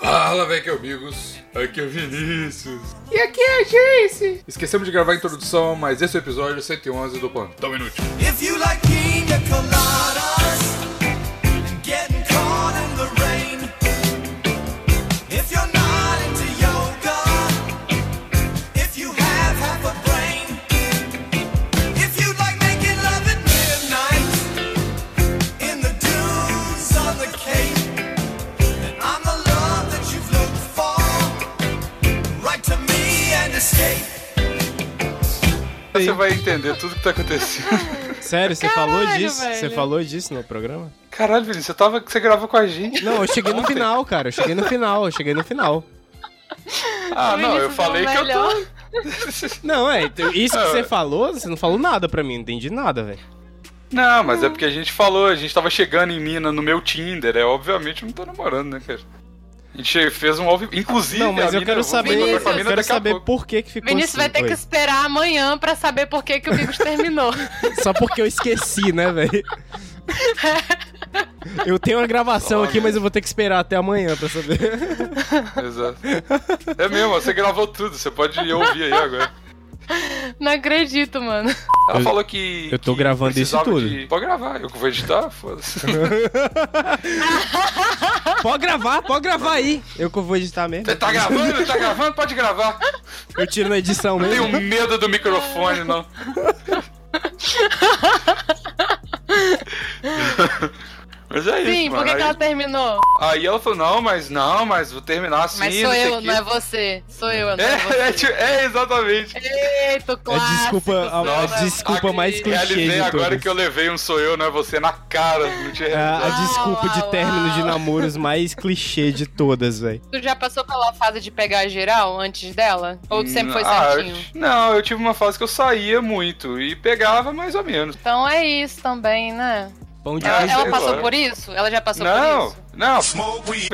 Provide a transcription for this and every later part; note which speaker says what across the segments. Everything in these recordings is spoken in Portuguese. Speaker 1: Fala, velho, que amigos. Aqui é o Vinícius.
Speaker 2: E aqui é a Jace.
Speaker 1: Esquecemos de gravar a introdução, mas esse é o episódio 111 do Plantão Inútil.
Speaker 3: If you like pina coladas and getting caught in the rain, if you're not into yoga, if you have half a brain, if you like making love at midnight in the dunes on the cape, then I'm the love that you've looked for. Write to me and escape.
Speaker 1: Você vai entender tudo que tá acontecendo.
Speaker 4: Sério, você falou disso?
Speaker 2: velho.
Speaker 4: Você falou disso no programa?
Speaker 1: Caralho, Vinícius, você, tava, você gravou com a gente.
Speaker 4: Não, eu cheguei no final, cara. Eu cheguei no final, eu cheguei no final.
Speaker 1: Ah,
Speaker 2: O
Speaker 1: não, eu
Speaker 2: Vinícius é o
Speaker 1: falei que eu tô...
Speaker 2: melhor.
Speaker 4: Não, é, então, isso que você falou, você não falou nada pra mim, não entendi nada, velho.
Speaker 1: Não, mas é porque a gente falou, a gente tava chegando em mina no meu Tinder, é obviamente eu não tô namorando, né, cara? A gente fez um ao vivo. Inclusive,
Speaker 4: Não, mas
Speaker 1: a
Speaker 4: eu
Speaker 1: mina-
Speaker 4: quero
Speaker 1: vou mandar
Speaker 4: saber,
Speaker 1: pra
Speaker 2: Vinícius,
Speaker 4: eu
Speaker 1: mina
Speaker 4: quero
Speaker 1: daqui a
Speaker 4: saber
Speaker 1: pouco.
Speaker 4: por que que ficou
Speaker 2: Vinícius
Speaker 4: assim.
Speaker 2: vai ter
Speaker 4: Oi.
Speaker 2: que esperar amanhã pra saber por que, que o Bigos terminou.
Speaker 4: Só porque eu esqueci, né, velho? Eu tenho uma gravação aqui, mas eu vou ter que esperar até amanhã pra saber.
Speaker 1: Exato. É mesmo, você gravou tudo, você pode ouvir aí agora.
Speaker 2: Não acredito, mano.
Speaker 1: Ela
Speaker 4: Eu-
Speaker 1: falou que.
Speaker 4: eu tô
Speaker 1: que
Speaker 4: gravando isso
Speaker 1: precisava
Speaker 4: tudo.
Speaker 1: de- Pode gravar, eu que vou editar, foda-se.
Speaker 4: Pode gravar, pode gravar aí. Eu que vou editar mesmo.
Speaker 1: Você tá gravando? Tá gravando? Pode gravar.
Speaker 4: Eu tiro na edição
Speaker 1: Não tenho
Speaker 4: mesmo.
Speaker 1: medo do microfone, não. Mas é isso,
Speaker 2: Sim, por
Speaker 1: mano.
Speaker 2: que, que
Speaker 1: Aí-
Speaker 2: ela terminou?
Speaker 1: Aí ela falou, não, mas não, mas vou terminar assim,
Speaker 2: Mas sou
Speaker 1: não sei o
Speaker 2: eu,
Speaker 1: quê.
Speaker 2: não é você. Sou eu, não é
Speaker 1: É, é,
Speaker 2: você.
Speaker 1: tipo- é, exatamente.
Speaker 2: Eita,
Speaker 4: É
Speaker 2: um clássico.
Speaker 4: desculpa- a-
Speaker 2: sou eu,
Speaker 4: a desculpa
Speaker 2: não é
Speaker 4: mais
Speaker 2: você.
Speaker 4: clichê.
Speaker 1: Realizei
Speaker 4: de
Speaker 1: agora
Speaker 4: todas.
Speaker 1: que eu levei um sou eu, não é você, na cara. Não tinha
Speaker 4: É a
Speaker 1: realizado.
Speaker 4: desculpa de
Speaker 2: uau,
Speaker 4: término de
Speaker 2: uau.
Speaker 4: namoros mais clichê de todas, velho.
Speaker 2: Tu já passou pela fase de pegar geral antes dela? Ou tu sempre foi
Speaker 1: Ah, eu
Speaker 2: certinho?
Speaker 1: ti- não, eu tive uma fase que eu saía muito e pegava mais ou menos.
Speaker 2: Então é isso também, né?
Speaker 4: Pão de
Speaker 1: Ah,
Speaker 2: Ela,
Speaker 1: isso
Speaker 2: ela
Speaker 1: aí,
Speaker 2: passou
Speaker 1: claro.
Speaker 2: por isso? Ela já passou por
Speaker 1: não,
Speaker 2: isso?
Speaker 1: não,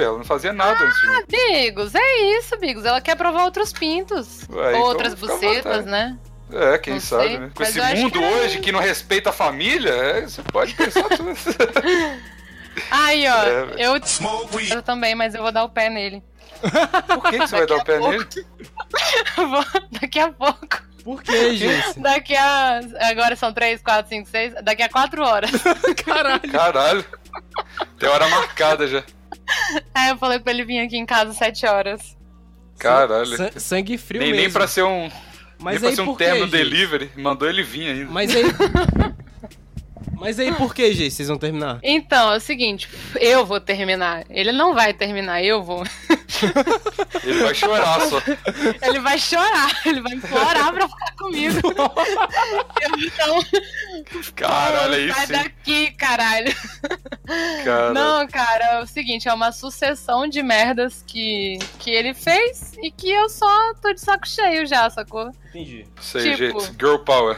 Speaker 1: ela não fazia nada antes de mim.
Speaker 2: Bigos, é isso, Bigos. Ela quer provar outros pintos.
Speaker 1: Ué, então
Speaker 2: Outras
Speaker 1: fica à
Speaker 2: bucetas,
Speaker 1: vontade.
Speaker 2: né?
Speaker 1: É, quem
Speaker 2: não
Speaker 1: sabe,
Speaker 2: sei,
Speaker 1: né? Com
Speaker 2: mas
Speaker 1: esse
Speaker 2: eu acho
Speaker 1: mundo
Speaker 2: que era
Speaker 1: hoje que não respeita a família, é, você pode pensar tudo.
Speaker 2: Aí, ó,
Speaker 1: É, velho.
Speaker 2: eu eu também, mas eu vou dar o pé nele.
Speaker 1: Por que, que você vai dar o pé nele?
Speaker 2: Vou- daqui a pouco.
Speaker 4: Por que, gente?
Speaker 2: Daqui a. Agora são três, quatro, cinco, seis. Daqui a quatro horas.
Speaker 4: Caralho.
Speaker 1: Caralho. Tem hora marcada já.
Speaker 2: Aí eu falei pra ele vir aqui em casa às sete horas.
Speaker 1: Caralho.
Speaker 4: San- sangue frio
Speaker 1: Nem,
Speaker 4: mesmo.
Speaker 1: nem pra ser um,
Speaker 4: Mas
Speaker 1: nem pra
Speaker 4: aí
Speaker 1: ser um
Speaker 4: por quê,
Speaker 1: terno
Speaker 4: gente?
Speaker 1: delivery, mandou ele vir ainda.
Speaker 4: Mas aí... Mas aí por que, gente? Vocês vão terminar?
Speaker 2: Então, é o seguinte, eu vou terminar. Ele não vai terminar, eu vou.
Speaker 1: Ele vai chorar só.
Speaker 2: Ele vai chorar, ele vai implorar pra ficar comigo. Eu, então,
Speaker 1: Caralho, é
Speaker 2: sai
Speaker 1: isso.
Speaker 2: daqui, caralho.
Speaker 1: Cara.
Speaker 2: Não, cara, é o seguinte, é uma sucessão de merdas que, que ele fez e que eu só tô de saco cheio já, sacou?
Speaker 4: Entendi.
Speaker 1: Sei,
Speaker 2: tipo-
Speaker 1: gente. Girl power.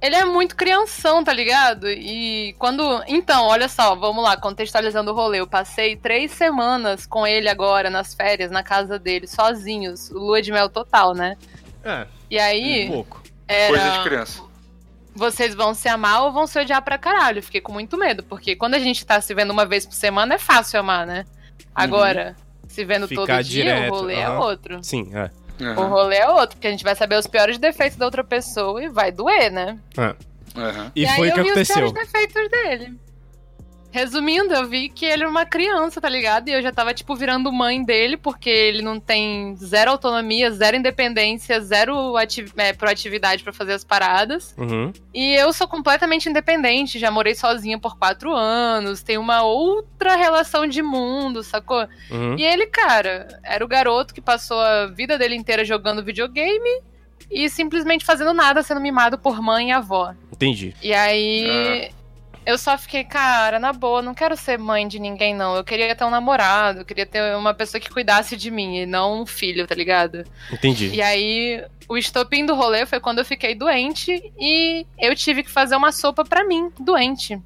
Speaker 2: Ele é muito crianção, tá ligado? E quando. Então, olha só, vamos lá, contextualizando o rolê. Eu passei três semanas com ele agora, nas férias, na casa dele, sozinhos. Lua de mel total, né?
Speaker 4: É,
Speaker 2: E aí.
Speaker 4: um pouco.
Speaker 1: Hum, Coisa de
Speaker 2: Era,
Speaker 1: criança.
Speaker 2: vocês vão se amar ou vão se odiar pra caralho? Eu Fiquei com muito medo, porque quando a gente tá se vendo uma vez por semana é fácil amar, né?
Speaker 1: Uhum.
Speaker 2: Agora, se vendo
Speaker 4: Ficar
Speaker 2: todo dia,
Speaker 4: direto,
Speaker 2: o rolê é
Speaker 4: aham.
Speaker 2: outro.
Speaker 4: Sim, é.
Speaker 2: O
Speaker 1: Aham,
Speaker 2: rolê é outro, porque a gente vai saber os piores defeitos da outra pessoa e vai doer, né?
Speaker 4: é.
Speaker 1: aham.
Speaker 4: E,
Speaker 2: aí
Speaker 4: foi o que
Speaker 2: eu vi
Speaker 4: aconteceu.
Speaker 2: os piores defeitos dele. Resumindo, eu vi que ele era uma criança, tá ligado? E eu já tava, tipo, virando mãe dele, porque ele não tem zero autonomia, zero independência, zero ati- é, proatividade pra fazer as paradas.
Speaker 4: Uhum.
Speaker 2: E eu sou completamente independente, já morei sozinha por quatro anos, tenho uma outra relação de mundo, sacou?
Speaker 4: Uhum.
Speaker 2: E ele, cara, era o garoto que passou a vida dele inteira jogando videogame e simplesmente fazendo nada, sendo mimado por mãe e avó.
Speaker 4: Entendi.
Speaker 2: E
Speaker 4: É.
Speaker 2: aí. Eu só fiquei, cara, na boa, não quero ser mãe de ninguém, não. Eu queria ter um namorado, eu queria ter uma pessoa que cuidasse de mim e não um filho, tá ligado?
Speaker 4: Entendi.
Speaker 2: E aí, o estopim do rolê foi quando eu fiquei doente e eu tive que fazer uma sopa pra mim, doente.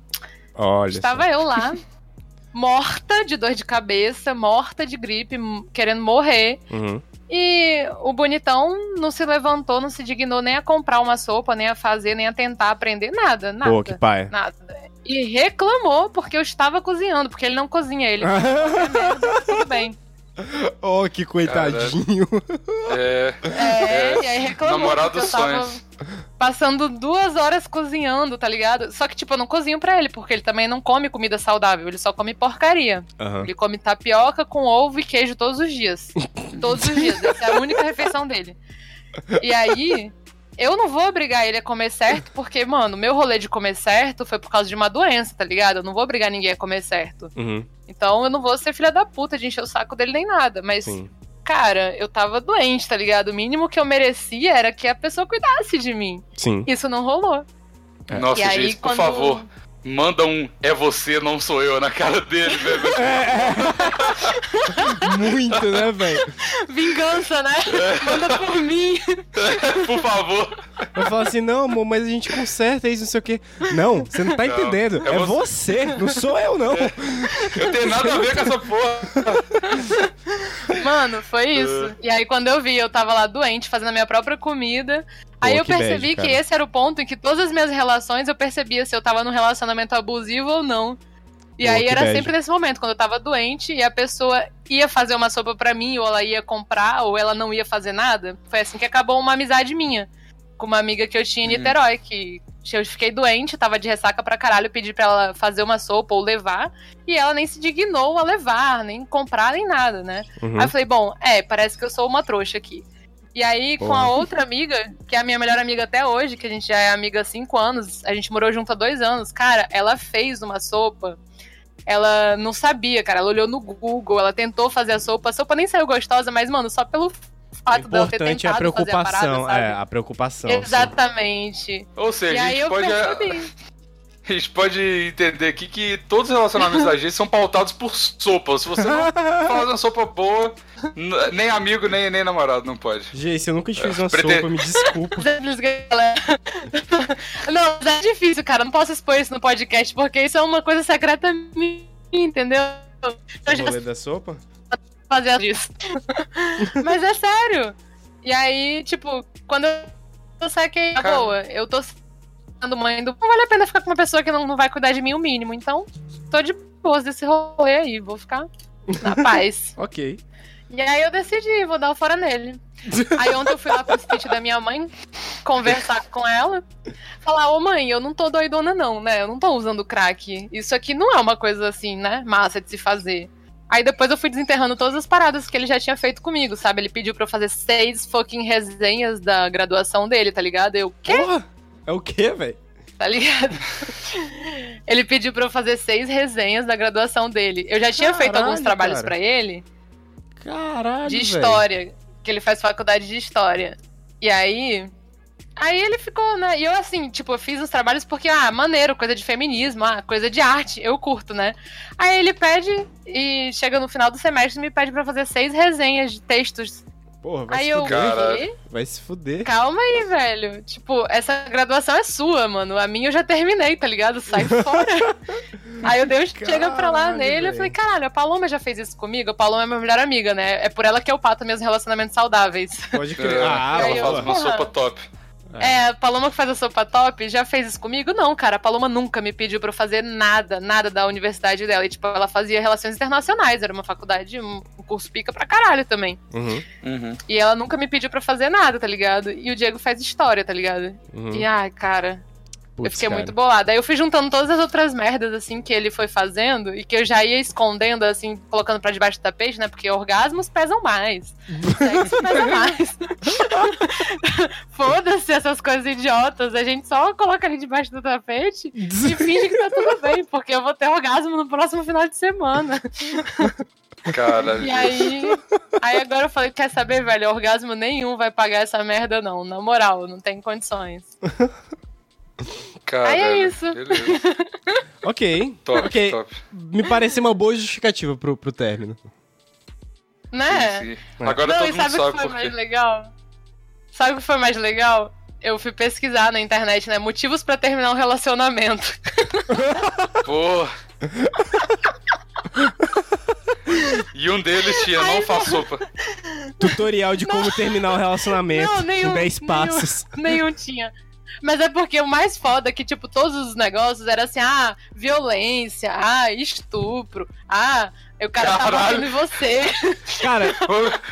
Speaker 4: Olha só.
Speaker 2: Estava eu lá, morta de dor de cabeça, morta de gripe, m- querendo morrer.
Speaker 4: Uhum.
Speaker 2: E o bonitão não se levantou, não se dignou nem a comprar uma sopa, nem a fazer, nem a tentar aprender nada, nada.
Speaker 4: Pô, que paia.
Speaker 2: Nada. E reclamou porque eu estava cozinhando, porque ele não cozinha, ele tá tudo bem.
Speaker 4: Oh, que coitadinho.
Speaker 5: É.
Speaker 2: É, e aí reclamou.
Speaker 5: Namorado
Speaker 2: porque eu tava
Speaker 5: sonhos.
Speaker 2: passando duas horas cozinhando, tá ligado? Só que, tipo, eu não cozinho pra ele, porque ele também não come comida saudável, ele só come porcaria.
Speaker 4: Aham.
Speaker 2: Ele come tapioca com ovo e queijo todos os dias. todos os dias. Essa é a única refeição dele. E aí, eu não vou obrigar ele a comer certo, porque, mano, meu rolê de comer certo foi por causa de uma doença, tá ligado? Eu não vou obrigar ninguém a comer certo.
Speaker 4: Uhum,
Speaker 2: Então eu não vou ser filha da puta de encher o saco dele nem nada. Mas,
Speaker 4: sim.
Speaker 2: cara, eu tava doente, tá ligado? O mínimo que eu merecia era que a pessoa cuidasse de mim.
Speaker 4: Sim.
Speaker 2: Isso não rolou.
Speaker 5: Nossa,
Speaker 2: e aí,
Speaker 5: gente, por
Speaker 2: quando-
Speaker 5: favor, manda um é você, não sou eu na cara dele, velho.
Speaker 4: Muito, né, velho?
Speaker 2: Vingança, né? Manda por mim.
Speaker 5: Por favor.
Speaker 4: Eu falo assim, não, amor, mas a gente conserta isso, não sei o quê. Não, você não tá
Speaker 5: Não,
Speaker 4: entendendo.
Speaker 5: é
Speaker 4: É você, não sou eu, não.
Speaker 5: Eu tenho nada a ver com essa porra.
Speaker 2: Mano, foi isso. E aí, quando eu vi, eu tava lá doente, fazendo a minha própria comida. aí eu
Speaker 4: que bad,
Speaker 2: percebi que
Speaker 4: cara.
Speaker 2: esse era o ponto em que todas as minhas relações eu percebia se eu tava num relacionamento abusivo ou não. E
Speaker 4: Pô,
Speaker 2: aí
Speaker 4: que
Speaker 2: era
Speaker 4: bad.
Speaker 2: sempre nesse momento, quando eu tava doente e a pessoa ia fazer uma sopa pra mim, ou ela ia comprar, ou ela não ia fazer nada. Foi assim que acabou uma amizade minha. Com uma amiga que eu tinha em
Speaker 4: Hum.
Speaker 5: Uhum.
Speaker 2: Niterói, que eu fiquei doente, tava de ressaca pra caralho, eu pedi pra ela fazer uma sopa ou levar. E ela nem se dignou a levar, nem comprar, nem nada, né?
Speaker 4: Uhum.
Speaker 2: Aí eu falei, bom, é, parece que eu sou uma trouxa aqui. E aí, com a
Speaker 4: Porra.
Speaker 2: outra amiga, que é a minha melhor amiga até hoje, que a gente já é amiga há cinco anos, a gente morou junto há dois anos, cara, ela fez uma sopa. Ela não sabia, cara. Ela olhou no Google, ela tentou fazer a sopa. A sopa nem saiu gostosa, mas, mano, só pelo
Speaker 4: O
Speaker 2: fato dela ter
Speaker 4: importante é
Speaker 2: tentado
Speaker 4: a
Speaker 2: fazer a
Speaker 4: preocupação. é,
Speaker 2: parada,
Speaker 4: a preocupação.
Speaker 2: sabe? Exatamente.
Speaker 5: Ou
Speaker 2: E
Speaker 5: seja, a
Speaker 2: aí
Speaker 5: gente
Speaker 2: eu
Speaker 5: pode. é,
Speaker 2: percebi.
Speaker 5: A gente pode entender aqui que todos os relacionamentos da gente são pautados por sopa. Se você não faz uma sopa boa, n- nem amigo, nem, nem namorado, não pode.
Speaker 4: Gente, se eu nunca te fiz uma
Speaker 5: Pretendo-
Speaker 4: sopa, me desculpa.
Speaker 2: Galera. Não, mas é difícil, cara. Não posso expor isso no podcast, porque isso é uma coisa secreta minha, entendeu? Eu já
Speaker 4: O rolê da sopa?
Speaker 2: fazer isso. Mas é sério. E aí, tipo, quando eu saquei, na
Speaker 5: Cara.
Speaker 2: é boa, eu tô sendo mãe do. Não vale a pena ficar com uma pessoa que não, não vai cuidar de mim o mínimo. Então, tô de boas desse rolê aí, vou ficar na paz.
Speaker 4: Ok.
Speaker 2: e aí eu decidi, vou dar o fora nele. Aí ontem eu fui lá pro sítio da minha mãe conversar com ela. Falar, ô mãe, eu não tô doidona, não, né? Eu não tô usando crack. Isso aqui não é uma coisa assim, né? Massa de se fazer. Aí depois eu fui desenterrando todas as paradas que ele já tinha feito comigo, sabe? Ele pediu pra eu fazer seis fucking resenhas da graduação dele, tá ligado? Eu, quê?
Speaker 4: Porra! É o quê, velho?
Speaker 2: Tá ligado? ele pediu pra eu fazer seis resenhas da graduação dele. Eu já tinha feito
Speaker 4: Caralho,
Speaker 2: alguns trabalhos
Speaker 4: cara.
Speaker 2: pra ele
Speaker 4: Caralho,
Speaker 2: de
Speaker 4: velho.
Speaker 2: história, que ele faz faculdade de história. E aí. Aí ele ficou, né? E eu, assim, tipo, eu fiz os trabalhos porque, ah, maneiro, coisa de feminismo, ah, coisa de arte, eu curto, né? Aí ele pede e chega no final do semestre e me pede pra fazer seis resenhas de textos.
Speaker 4: Porra, vai
Speaker 2: aí
Speaker 4: se
Speaker 2: eu,
Speaker 4: fuder.
Speaker 5: Cara.
Speaker 2: "Quê?
Speaker 4: Vai se fuder.
Speaker 2: calma aí, velho. Tipo, essa graduação é sua, mano. A minha eu já terminei, tá ligado? Sai fora. aí eu Deus chega pra lá
Speaker 4: Caralho,
Speaker 2: nele, eu
Speaker 4: velho.
Speaker 2: falei, caralho, a Paloma já fez isso comigo? A Paloma é minha melhor amiga, né? É por ela que eu pato meus relacionamentos saudáveis.
Speaker 4: Pode crer.
Speaker 5: É,
Speaker 4: Ah,
Speaker 5: ela
Speaker 2: eu-
Speaker 5: faz
Speaker 4: porra.
Speaker 5: uma
Speaker 2: porra.
Speaker 5: sopa top.
Speaker 2: É, a Paloma que faz a sopa top já fez isso comigo? Não, cara. A Paloma nunca me pediu pra eu fazer nada, nada da universidade dela. E, tipo, ela fazia relações internacionais, era uma faculdade, um um curso pica pra caralho também.
Speaker 4: Uhum,
Speaker 5: Uhum.
Speaker 2: E ela nunca me pediu pra fazer nada, tá ligado? E o Diego faz história, tá ligado?
Speaker 4: uhum.
Speaker 2: E ai, cara, eu
Speaker 4: Putz,
Speaker 2: fiquei
Speaker 4: cara.
Speaker 2: muito bolada. Aí eu fui juntando todas as outras merdas, assim, que ele foi fazendo e que eu já ia escondendo, assim, colocando pra debaixo do tapete, né? Porque orgasmos pesam mais. Sexo pesa mais. Foda-se essas coisas idiotas. A gente só coloca ali debaixo do tapete e finge que tá tudo bem, porque eu vou ter orgasmo no próximo final de semana.
Speaker 5: Cara,
Speaker 2: E aí. é Aí agora eu falei: quer saber, velho? Orgasmo nenhum vai pagar essa merda, não. Na moral, não tem condições.
Speaker 5: cara.
Speaker 2: Aí é isso.
Speaker 5: Beleza.
Speaker 4: Ok.
Speaker 5: Top,
Speaker 4: ok.
Speaker 5: top.
Speaker 4: Me pareceu uma boa justificativa pro, pro término.
Speaker 2: Né?
Speaker 5: Sim, sim. Agora
Speaker 2: Não,
Speaker 5: todo
Speaker 2: e
Speaker 5: mundo
Speaker 2: sabe o
Speaker 5: sabe
Speaker 2: que foi
Speaker 5: por
Speaker 2: mais
Speaker 5: quê.
Speaker 2: legal? Sabe o que foi mais legal? Eu fui pesquisar na internet, né? Motivos pra terminar um relacionamento.
Speaker 5: Pô. E um deles tinha, não faça sopa.
Speaker 4: Tutorial de como terminar o relacionamento
Speaker 2: Não, nenhum.
Speaker 4: em 10 passos.
Speaker 2: Nenhum, nenhum tinha. Mas é porque o mais foda é que, tipo, todos os negócios era assim, ah, violência, ah, estupro, ah, o cara tá
Speaker 5: Caralho.
Speaker 2: batendo em você.
Speaker 4: Cara,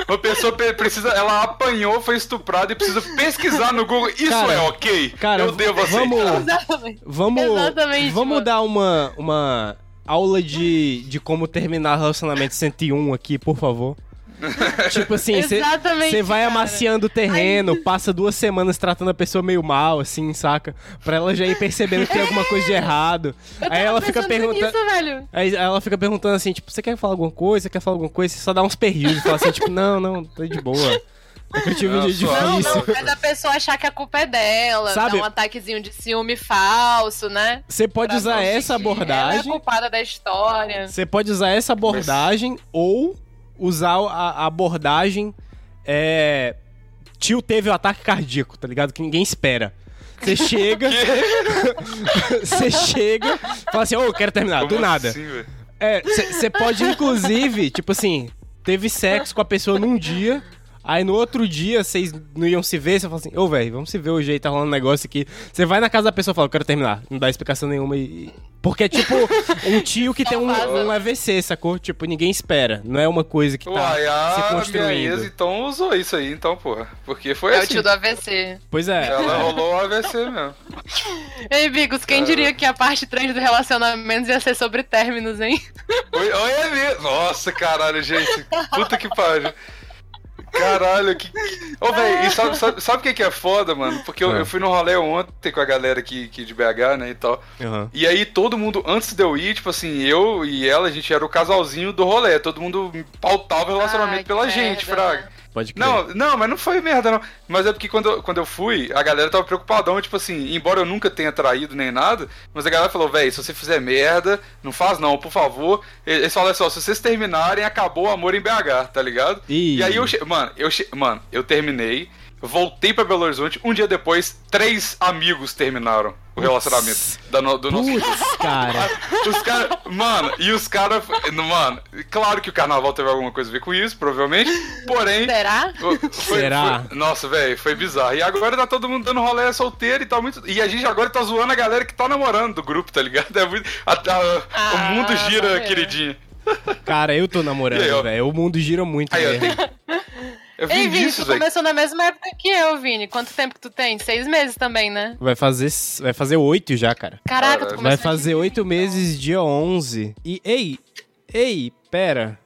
Speaker 5: Uma pessoa pe- precisa. Ela apanhou, foi estuprada e precisa pesquisar no Google. Isso
Speaker 4: Cara,
Speaker 5: é ok?
Speaker 4: cara,
Speaker 5: eu devo aceitar.
Speaker 4: vamos-
Speaker 2: Exatamente.
Speaker 4: vamos,
Speaker 2: Exatamente,
Speaker 4: vamos
Speaker 2: mano.
Speaker 4: dar uma, uma aula de, de como terminar relacionamento 101 aqui, por favor. tipo assim,
Speaker 2: Exatamente,
Speaker 4: você vai
Speaker 2: cara.
Speaker 4: amaciando o terreno, passa duas semanas tratando a pessoa meio mal, assim, saca? Pra ela já ir percebendo que tem alguma coisa de errado.
Speaker 2: Eu
Speaker 4: Aí
Speaker 2: tava
Speaker 4: ela fica
Speaker 2: pensando
Speaker 4: perguntando.
Speaker 2: Nisso, velho.
Speaker 4: Aí ela fica perguntando assim, tipo, você quer falar alguma coisa? Você quer falar alguma coisa? Você só dá uns perrilhos e fala assim, tipo, não, não, tô de boa. É que eu tive um
Speaker 5: Não,
Speaker 4: dia
Speaker 5: só-
Speaker 2: Não,
Speaker 4: difícil.
Speaker 2: não, mas a pessoa achar que a culpa é dela,
Speaker 4: Sabe-
Speaker 2: dar um ataquezinho de ciúme falso, né?
Speaker 4: Você pode
Speaker 2: Pra não
Speaker 4: usar essa
Speaker 2: sentir que Ela é a
Speaker 4: abordagem.
Speaker 2: culpada da história.
Speaker 4: Você pode usar essa abordagem ou usar a a abordagem. É. Tio teve o ataque cardíaco, tá ligado? Que ninguém espera. Você chega. Você chega, fala assim, ô, eu quero terminar,
Speaker 5: Como
Speaker 4: do nada.
Speaker 5: assim, velho?
Speaker 4: É, você pode, inclusive, tipo assim, teve sexo com a pessoa num dia, aí no outro dia vocês não iam se ver, você fala assim, ô, velho, vamos se ver hoje aí, tá rolando um negócio aqui. Você vai na casa da pessoa e fala, eu quero terminar, não dá explicação nenhuma e... e- Porque é tipo um tio que tem um,
Speaker 2: vaza.
Speaker 4: um AVC, sacou? Tipo, ninguém espera, não é uma coisa que tá
Speaker 5: Uai,
Speaker 4: se
Speaker 5: a minha ex
Speaker 4: construindo.
Speaker 5: então usou isso aí, então, porra. Porque foi
Speaker 2: É o
Speaker 5: assim.
Speaker 2: tio do AVC.
Speaker 4: Pois é.
Speaker 5: Ela rolou o AVC mesmo.
Speaker 2: Ei, Bigos, quem
Speaker 4: É.
Speaker 5: Cara.
Speaker 2: diria que a parte 3 do relacionamento ia ser sobre términos, hein?
Speaker 5: Oi, oi, é mesmo. Nossa, caralho, gente. Puta que pariu. Caralho, que. que- Ô, velho, e sabe, sabe, sabe o que que é foda, mano? Porque eu,
Speaker 4: Ah.
Speaker 5: eu fui no rolê ontem com a galera aqui, aqui de BH, né, e tal.
Speaker 4: Aham.
Speaker 5: E aí todo mundo, antes de eu ir, tipo assim, eu e ela, a gente era o casalzinho do rolê. Todo mundo pautava o relacionamento
Speaker 2: Ai, que
Speaker 5: pela
Speaker 2: merda,
Speaker 5: gente, Fraga.
Speaker 2: né?
Speaker 4: Pode crer.
Speaker 5: Não, não, mas não foi merda, não. Mas é porque quando, eu- quando eu fui, a galera tava preocupadão, tipo assim, embora eu nunca tenha traído nem nada, mas a galera falou, véi, se você fizer merda, não faz não, por favor. E- Eles falaram só, se vocês terminarem, acabou o amor em BH, tá ligado?
Speaker 4: Ih.
Speaker 5: E aí eu, che- mano, eu, che- mano, eu terminei, voltei pra Belo Horizonte, um dia depois, três amigos terminaram o relacionamento da no- do nosso
Speaker 4: Putz, cara.
Speaker 5: os caras. Mano, e os caras. Mano, claro que o carnaval teve alguma coisa a ver com isso, provavelmente. Porém.
Speaker 2: Será?
Speaker 5: Foi- foi-
Speaker 4: Será?
Speaker 5: foi- nossa, velho, foi bizarro. E agora tá todo mundo dando rolé solteiro e tal. Muito, e a gente agora tá zoando a galera que tá namorando do grupo, tá ligado? É muito, a- a- o
Speaker 2: Ah,
Speaker 5: mundo gira,
Speaker 2: maneiro.
Speaker 5: queridinho.
Speaker 4: Cara, eu tô namorando,
Speaker 5: E aí, ó.
Speaker 4: velho. O mundo gira muito,
Speaker 5: Aí, ó,
Speaker 4: mesmo.
Speaker 5: tem- Eu
Speaker 2: Ei,
Speaker 5: vi
Speaker 2: Vini,
Speaker 5: disso,
Speaker 2: tu
Speaker 5: velho.
Speaker 2: começou na mesma época que eu, Vini. Quanto tempo que tu tem? Seis meses também, né?
Speaker 4: Vai fazer, vai fazer oito já, cara.
Speaker 2: Caraca, tu
Speaker 5: Caralho.
Speaker 2: começou.
Speaker 4: Vai
Speaker 2: em
Speaker 4: fazer
Speaker 5: então.
Speaker 4: oito meses dia 11. E, ei, ei, pera.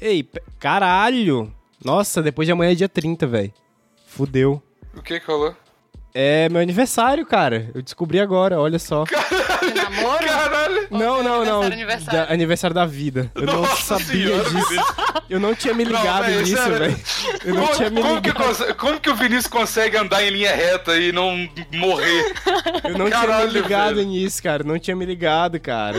Speaker 4: Ei, pe- caralho. Nossa, depois de amanhã é dia 30, velho. Fudeu.
Speaker 5: O que que rolou?
Speaker 4: É meu aniversário, cara. Eu descobri agora, olha só.
Speaker 2: de namoro?
Speaker 5: Caralho!
Speaker 4: não, não, não.
Speaker 2: aniversário, aniversário.
Speaker 4: Da, aniversário da vida. Eu não
Speaker 5: Nossa
Speaker 4: sabia
Speaker 5: senhora,
Speaker 4: disso.
Speaker 5: Vinícius.
Speaker 4: Eu não tinha me
Speaker 5: Não,
Speaker 4: ligado
Speaker 5: véi,
Speaker 4: nisso,
Speaker 5: sério.
Speaker 4: velho. Eu não
Speaker 5: Como,
Speaker 4: tinha me
Speaker 5: como que
Speaker 4: ligado.
Speaker 5: conse- como que o Vinícius consegue andar em linha reta e não morrer?
Speaker 4: Eu não
Speaker 5: Caralho,
Speaker 4: tinha me ligado
Speaker 5: velho.
Speaker 4: nisso, cara. Não tinha me ligado, cara.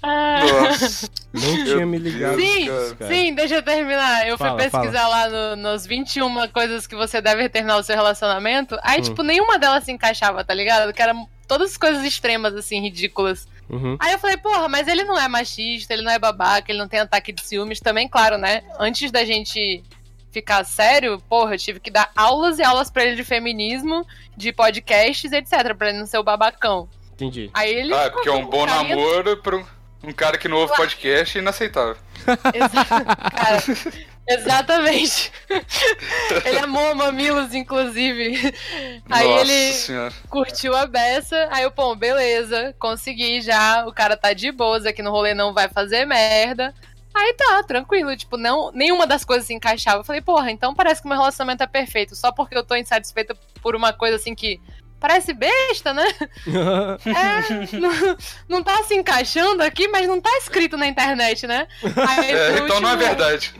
Speaker 2: Ah.
Speaker 5: Nossa.
Speaker 4: Não tinha me ligado.
Speaker 5: Deus.
Speaker 2: Sim,
Speaker 5: Cara.
Speaker 2: sim, deixa eu terminar. Eu
Speaker 4: Fala,
Speaker 2: fui pesquisar lá no- nos 21 coisas que você deve terminar o seu relacionamento.
Speaker 4: Hum.
Speaker 2: Aí, tipo, nenhuma delas se encaixava, tá ligado? Que eram todas coisas extremas, assim, ridículas.
Speaker 4: Uhum.
Speaker 2: Aí eu falei, porra, mas ele não é machista, ele não é babaca, ele não tem ataque de ciúmes. Também, claro, né? Antes da gente ficar sério, porra, eu tive que dar aulas e aulas pra ele de feminismo, de podcasts, etc, pra ele não ser o babacão.
Speaker 4: Entendi.
Speaker 2: Aí ele.
Speaker 5: Ah, porque é um bom
Speaker 2: carinha-
Speaker 5: namoro pra um, um cara que não ouve podcast é inaceitável.
Speaker 2: Exa- cara, exatamente. ele amou mamilos, inclusive. Aí
Speaker 5: Nossa
Speaker 2: ele
Speaker 5: senhora.
Speaker 2: curtiu a beça. Aí eu, pô, beleza, consegui já. O cara tá de boas aqui no rolê, não vai fazer merda. Aí tá, tranquilo. Tipo, não, nenhuma das coisas se encaixava. Eu falei, porra, então parece que meu relacionamento é perfeito. Só porque eu tô insatisfeita por uma coisa assim que. Parece besta, né? É, não, não tá se encaixando aqui, mas não tá escrito na internet, né? Aí,
Speaker 5: É,
Speaker 2: no
Speaker 5: então não é
Speaker 2: último-
Speaker 5: verdade.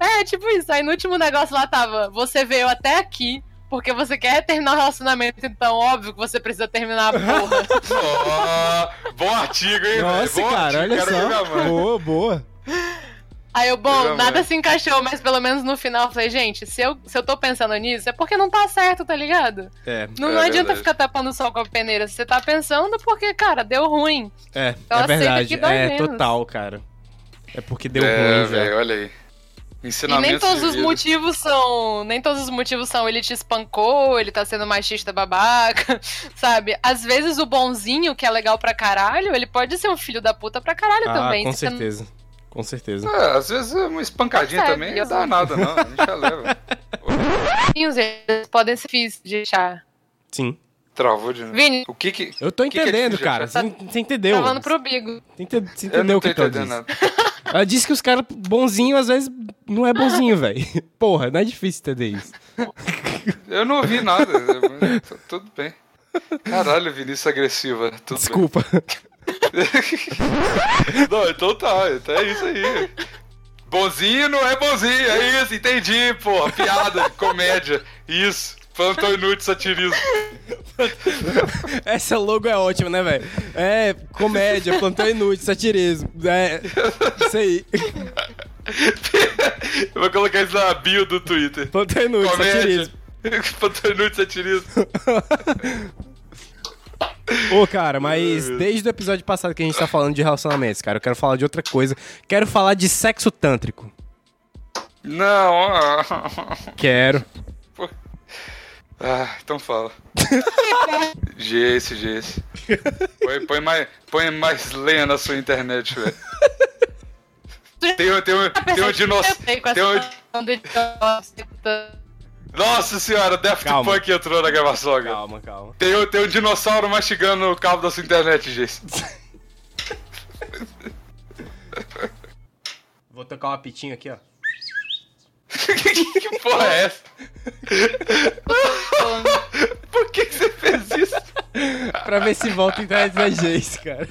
Speaker 2: é, tipo isso. Aí no último negócio lá tava: você veio até aqui porque você quer terminar o relacionamento, então óbvio que você precisa terminar a porra.
Speaker 5: Ó, bom artigo, hein?
Speaker 4: Nossa,
Speaker 5: velho? É Bom
Speaker 4: cara,
Speaker 5: artigo,
Speaker 4: olha
Speaker 5: quero ver minha
Speaker 4: só.
Speaker 5: mãe.
Speaker 4: Boa, boa.
Speaker 2: Aí eu, bom,
Speaker 5: Programa,
Speaker 2: nada
Speaker 5: é.
Speaker 2: se encaixou, mas pelo menos no final eu falei: gente, se eu, se eu tô pensando nisso é porque não tá certo, tá ligado?
Speaker 4: É,
Speaker 2: Não,
Speaker 5: É
Speaker 2: não adianta
Speaker 5: verdade.
Speaker 2: ficar tapando o sol com a peneira. Se você tá pensando, porque, cara, deu ruim.
Speaker 4: é, é
Speaker 2: aceita
Speaker 4: verdade.
Speaker 2: que dói
Speaker 4: É
Speaker 2: menos.
Speaker 4: total, cara. É porque deu
Speaker 5: é,
Speaker 4: ruim,
Speaker 5: velho,
Speaker 4: velho.
Speaker 5: olha aí.
Speaker 2: E
Speaker 5: Ensinamentos
Speaker 2: nem todos
Speaker 5: de
Speaker 2: os
Speaker 5: vida.
Speaker 2: motivos são. Nem todos os motivos são ele te espancou, ele tá sendo machista babaca, sabe? Às vezes o bonzinho, que é legal pra caralho, ele pode ser um filho da puta pra caralho
Speaker 4: Ah,
Speaker 2: também.
Speaker 4: com
Speaker 2: se você tá não-
Speaker 4: certeza. Com certeza.
Speaker 5: É, às vezes uma espancadinha
Speaker 2: Percebe,
Speaker 5: também não dá né?
Speaker 2: exato.
Speaker 5: nada, não. A gente já leva.
Speaker 2: Eles podem ser difíceis de achar.
Speaker 4: Sim.
Speaker 5: Travou de novo.
Speaker 2: Vini.
Speaker 5: O que que.
Speaker 4: Eu tô
Speaker 5: que que é
Speaker 4: entendendo,
Speaker 5: difícil,
Speaker 4: cara.
Speaker 5: já?
Speaker 4: Você você entendeu.
Speaker 2: Travando Tá pro Bigo.
Speaker 4: Você ente- você
Speaker 5: Eu
Speaker 4: entendeu
Speaker 5: não
Speaker 4: o
Speaker 5: tô
Speaker 4: que que ela
Speaker 5: entendendo
Speaker 4: disse.
Speaker 5: nada.
Speaker 4: Ela disse que os caras bonzinhos às vezes não é bonzinho, velho. Porra, não é difícil entender isso.
Speaker 5: Eu não ouvi nada. mas tá Tudo bem. Caralho, Vinícius agressiva. Tudo
Speaker 4: Desculpa.
Speaker 5: Bem. Não, então tá. Então é isso aí. Bonzinho não é bonzinho. É isso, entendi, porra. Piada, comédia. Isso. Plantão inútil, satirismo.
Speaker 4: Essa logo é ótima, né, velho? É comédia, plantão inútil, satirismo. É. Isso aí.
Speaker 5: Eu vou colocar isso na bio do Twitter.
Speaker 4: Plantão inútil,
Speaker 5: Comédia.
Speaker 4: satirismo.
Speaker 5: Plantão inútil, satirismo.
Speaker 4: Ô, cara, mas desde o episódio passado que a gente tá falando de relacionamentos, cara, eu quero falar de outra coisa. Quero falar de sexo tântrico.
Speaker 5: Não. ah.
Speaker 4: Quero.
Speaker 5: Ah, então fala. é Gesse, Gesse. Põe, põe, mais, põe mais lenha na sua internet, velho. Tem, um- tem,
Speaker 4: Ah,
Speaker 5: um- tem um dinossauro.
Speaker 2: Eu sei
Speaker 4: é
Speaker 2: com
Speaker 5: Tem um...
Speaker 2: essa questão de dinossauro.
Speaker 5: Nossa senhora, Daft
Speaker 4: Calma.
Speaker 5: Punk entrou na gravação agora.
Speaker 4: Calma, calma.
Speaker 5: Tem, um- tem um dinossauro mastigando o cabo da sua internet, Gesse.
Speaker 4: Vou tocar uma pitinha aqui, ó.
Speaker 5: que porra é essa? Por que que você fez isso?
Speaker 4: Pra ver se volta a internet da Jace, cara.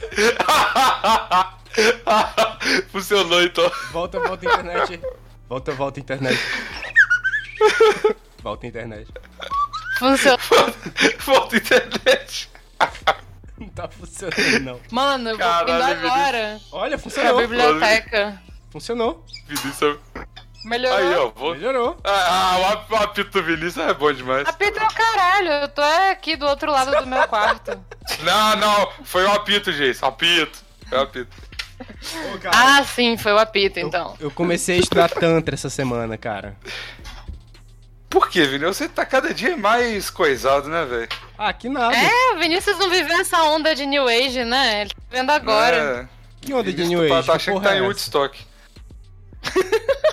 Speaker 5: Funcionou então.
Speaker 4: Volta, volta internet. Volta, volta internet. Volta internet.
Speaker 2: Funciona.
Speaker 5: Volta a internet.
Speaker 4: Não tá funcionando, não.
Speaker 2: Mano, eu vou
Speaker 5: Caralho,
Speaker 2: indo
Speaker 5: Vinícius.
Speaker 2: agora
Speaker 4: Olha,
Speaker 2: pra
Speaker 4: funcionou.
Speaker 2: biblioteca.
Speaker 4: Funcionou.
Speaker 5: Vinícius. Aí,
Speaker 2: Melhorou.
Speaker 5: ó. Vou...
Speaker 4: Melhorou.
Speaker 5: Ah, ah, o ap- o apito do Vinícius é bom demais.
Speaker 2: Apita é o caralho, eu tô aqui do outro lado do meu quarto.
Speaker 5: Não, não, foi o apito, gente. Apito. Foi o apito.
Speaker 2: Ah, sim, foi o apito, então.
Speaker 4: Eu comecei a estudar Tantra essa semana, cara.
Speaker 5: Por que, Vini? Você tá cada dia mais coisado, né, velho?
Speaker 4: Ah, que nada.
Speaker 2: É, o Vinícius não viveu essa onda de New Age, né? Ele tá vendo agora.
Speaker 5: É.
Speaker 4: Que onda de
Speaker 5: Vinícius
Speaker 4: New
Speaker 5: tá-
Speaker 4: Age?
Speaker 5: Tá
Speaker 4: que,
Speaker 5: achando que
Speaker 4: porra é
Speaker 5: tá em
Speaker 4: essa?
Speaker 5: Woodstock.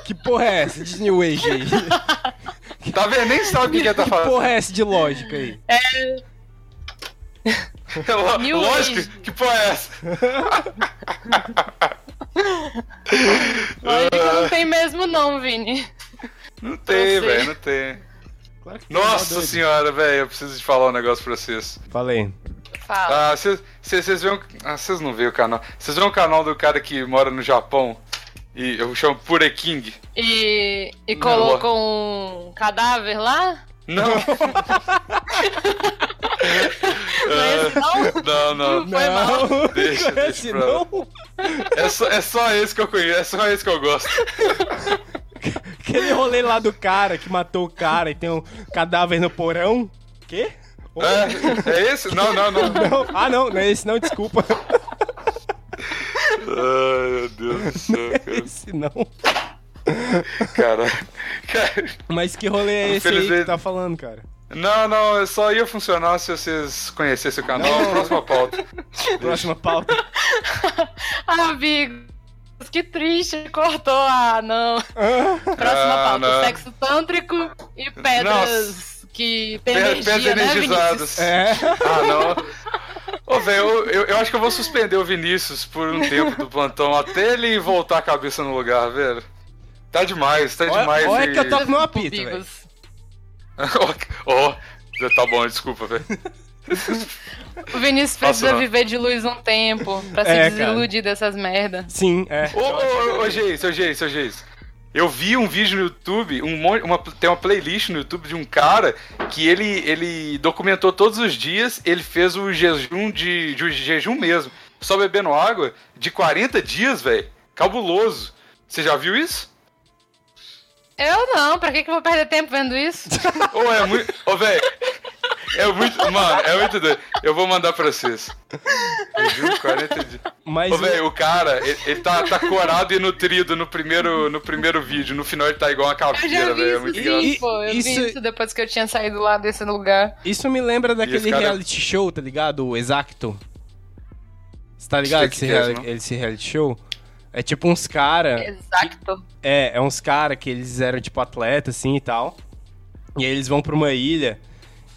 Speaker 4: que porra é essa de New Age aí?
Speaker 5: Tá vendo? Nem sabe o que, que ele tá
Speaker 4: que
Speaker 5: falando.
Speaker 4: porra é essa de lógica aí?
Speaker 5: Lo-
Speaker 2: New
Speaker 5: Lógico,
Speaker 2: Age.
Speaker 5: que porra é essa?
Speaker 2: Lógico que
Speaker 5: É.
Speaker 2: não tem mesmo, não, Vini.
Speaker 5: Não
Speaker 2: sei.
Speaker 5: tem, velho, não tem.
Speaker 4: Claro que tem, tá
Speaker 5: Nossa
Speaker 4: doido.
Speaker 5: senhora, velho, eu preciso de falar um negócio pra vocês.
Speaker 4: Falei.
Speaker 2: Fala.
Speaker 5: Ah, vocês viram. Ah, vocês não viram o canal. Vocês viram o canal do cara que mora no Japão? E eu chamo Pure King.
Speaker 2: E, e colocou um cadáver lá?
Speaker 5: Não,
Speaker 2: Não é esse, não?
Speaker 5: não, não.
Speaker 2: Foi mal.
Speaker 5: Deixa,
Speaker 4: Conhece,
Speaker 5: deixa pra lá.
Speaker 4: não?
Speaker 5: É só, é só esse que eu conheço, é só esse que eu gosto.
Speaker 4: Aquele rolê lá do cara que matou o cara e tem um cadáver no porão. Quê?
Speaker 5: É, é esse? Não, não, não. Ai,
Speaker 4: Não. Ah, não, não é esse não, desculpa.
Speaker 5: meu Deus do céu,
Speaker 4: é Esse não.
Speaker 5: cara. Cara,
Speaker 4: Mas que rolê é esse aí que
Speaker 5: Infelizmente-
Speaker 4: tu tá falando, cara?
Speaker 5: Não, não, eu só ia funcionar se vocês conhecessem o canal. Próxima pauta.
Speaker 4: Próxima pauta.
Speaker 2: Ah, Bigo. Que triste, cortou. Ah, não. Próxima
Speaker 5: Ah,
Speaker 2: pauta:
Speaker 5: não.
Speaker 2: sexo tântrico e pedras que tem
Speaker 5: Pé-
Speaker 2: energia,
Speaker 5: Pés
Speaker 2: né, Vinícius?
Speaker 5: energizados.
Speaker 4: É.
Speaker 5: Ah, não. Ô, velho, eu, eu, eu acho que eu vou suspender o Vinícius por um tempo do plantão até ele voltar a cabeça no lugar, velho. Tá demais, tá
Speaker 4: Olha-
Speaker 5: demais.
Speaker 4: olha
Speaker 5: e-
Speaker 4: é que eu tô- Não apita,
Speaker 2: Bigos.
Speaker 5: Ó, oh, tá bom, desculpa, velho.
Speaker 2: O Vinícius precisa
Speaker 5: Passou.
Speaker 2: viver de luz um tempo pra se
Speaker 4: É, cara.
Speaker 2: desiludir dessas merda.
Speaker 4: Sim, é.
Speaker 5: Ô, ô, ô, ô, Geis, ô, Geis, ô, Geis. Eu vi um vídeo no YouTube, um monte, uma, tem uma playlist no YouTube de um cara que ele, ele documentou todos os dias, ele fez o jejum de, de- o jejum mesmo, só bebendo água, de 40 dias, velho. Cabuloso. Você já viu isso?
Speaker 2: Eu não, pra que, que eu vou perder tempo vendo isso?
Speaker 5: Ou é muito. Ô, velho. É muito. Mano, é muito doido. Eu vou mandar pra vocês. Eu juro, 40 dias.
Speaker 4: Mas
Speaker 5: Ô,
Speaker 4: o-
Speaker 5: velho, o cara, ele, ele tá, tá corado e nutrido no primeiro, no primeiro vídeo. No final ele tá igual uma
Speaker 2: Eu já
Speaker 5: caveira,
Speaker 2: vi
Speaker 5: velho.
Speaker 2: isso,
Speaker 5: É muito
Speaker 2: sim,
Speaker 5: engraçado.
Speaker 2: pô. Eu
Speaker 4: Isso-
Speaker 2: vi isso depois que eu tinha saído lá desse lugar.
Speaker 4: isso me lembra daquele
Speaker 5: esse cara-
Speaker 4: reality show, tá ligado? O Exacto. Você tá ligado
Speaker 5: Sei que
Speaker 4: esse,
Speaker 5: é
Speaker 4: reali-
Speaker 5: esse, não?
Speaker 4: esse reality show? É tipo uns cara...
Speaker 2: Exato.
Speaker 4: É, é uns caras que eles eram tipo atleta, assim e tal. E aí eles vão pra uma ilha.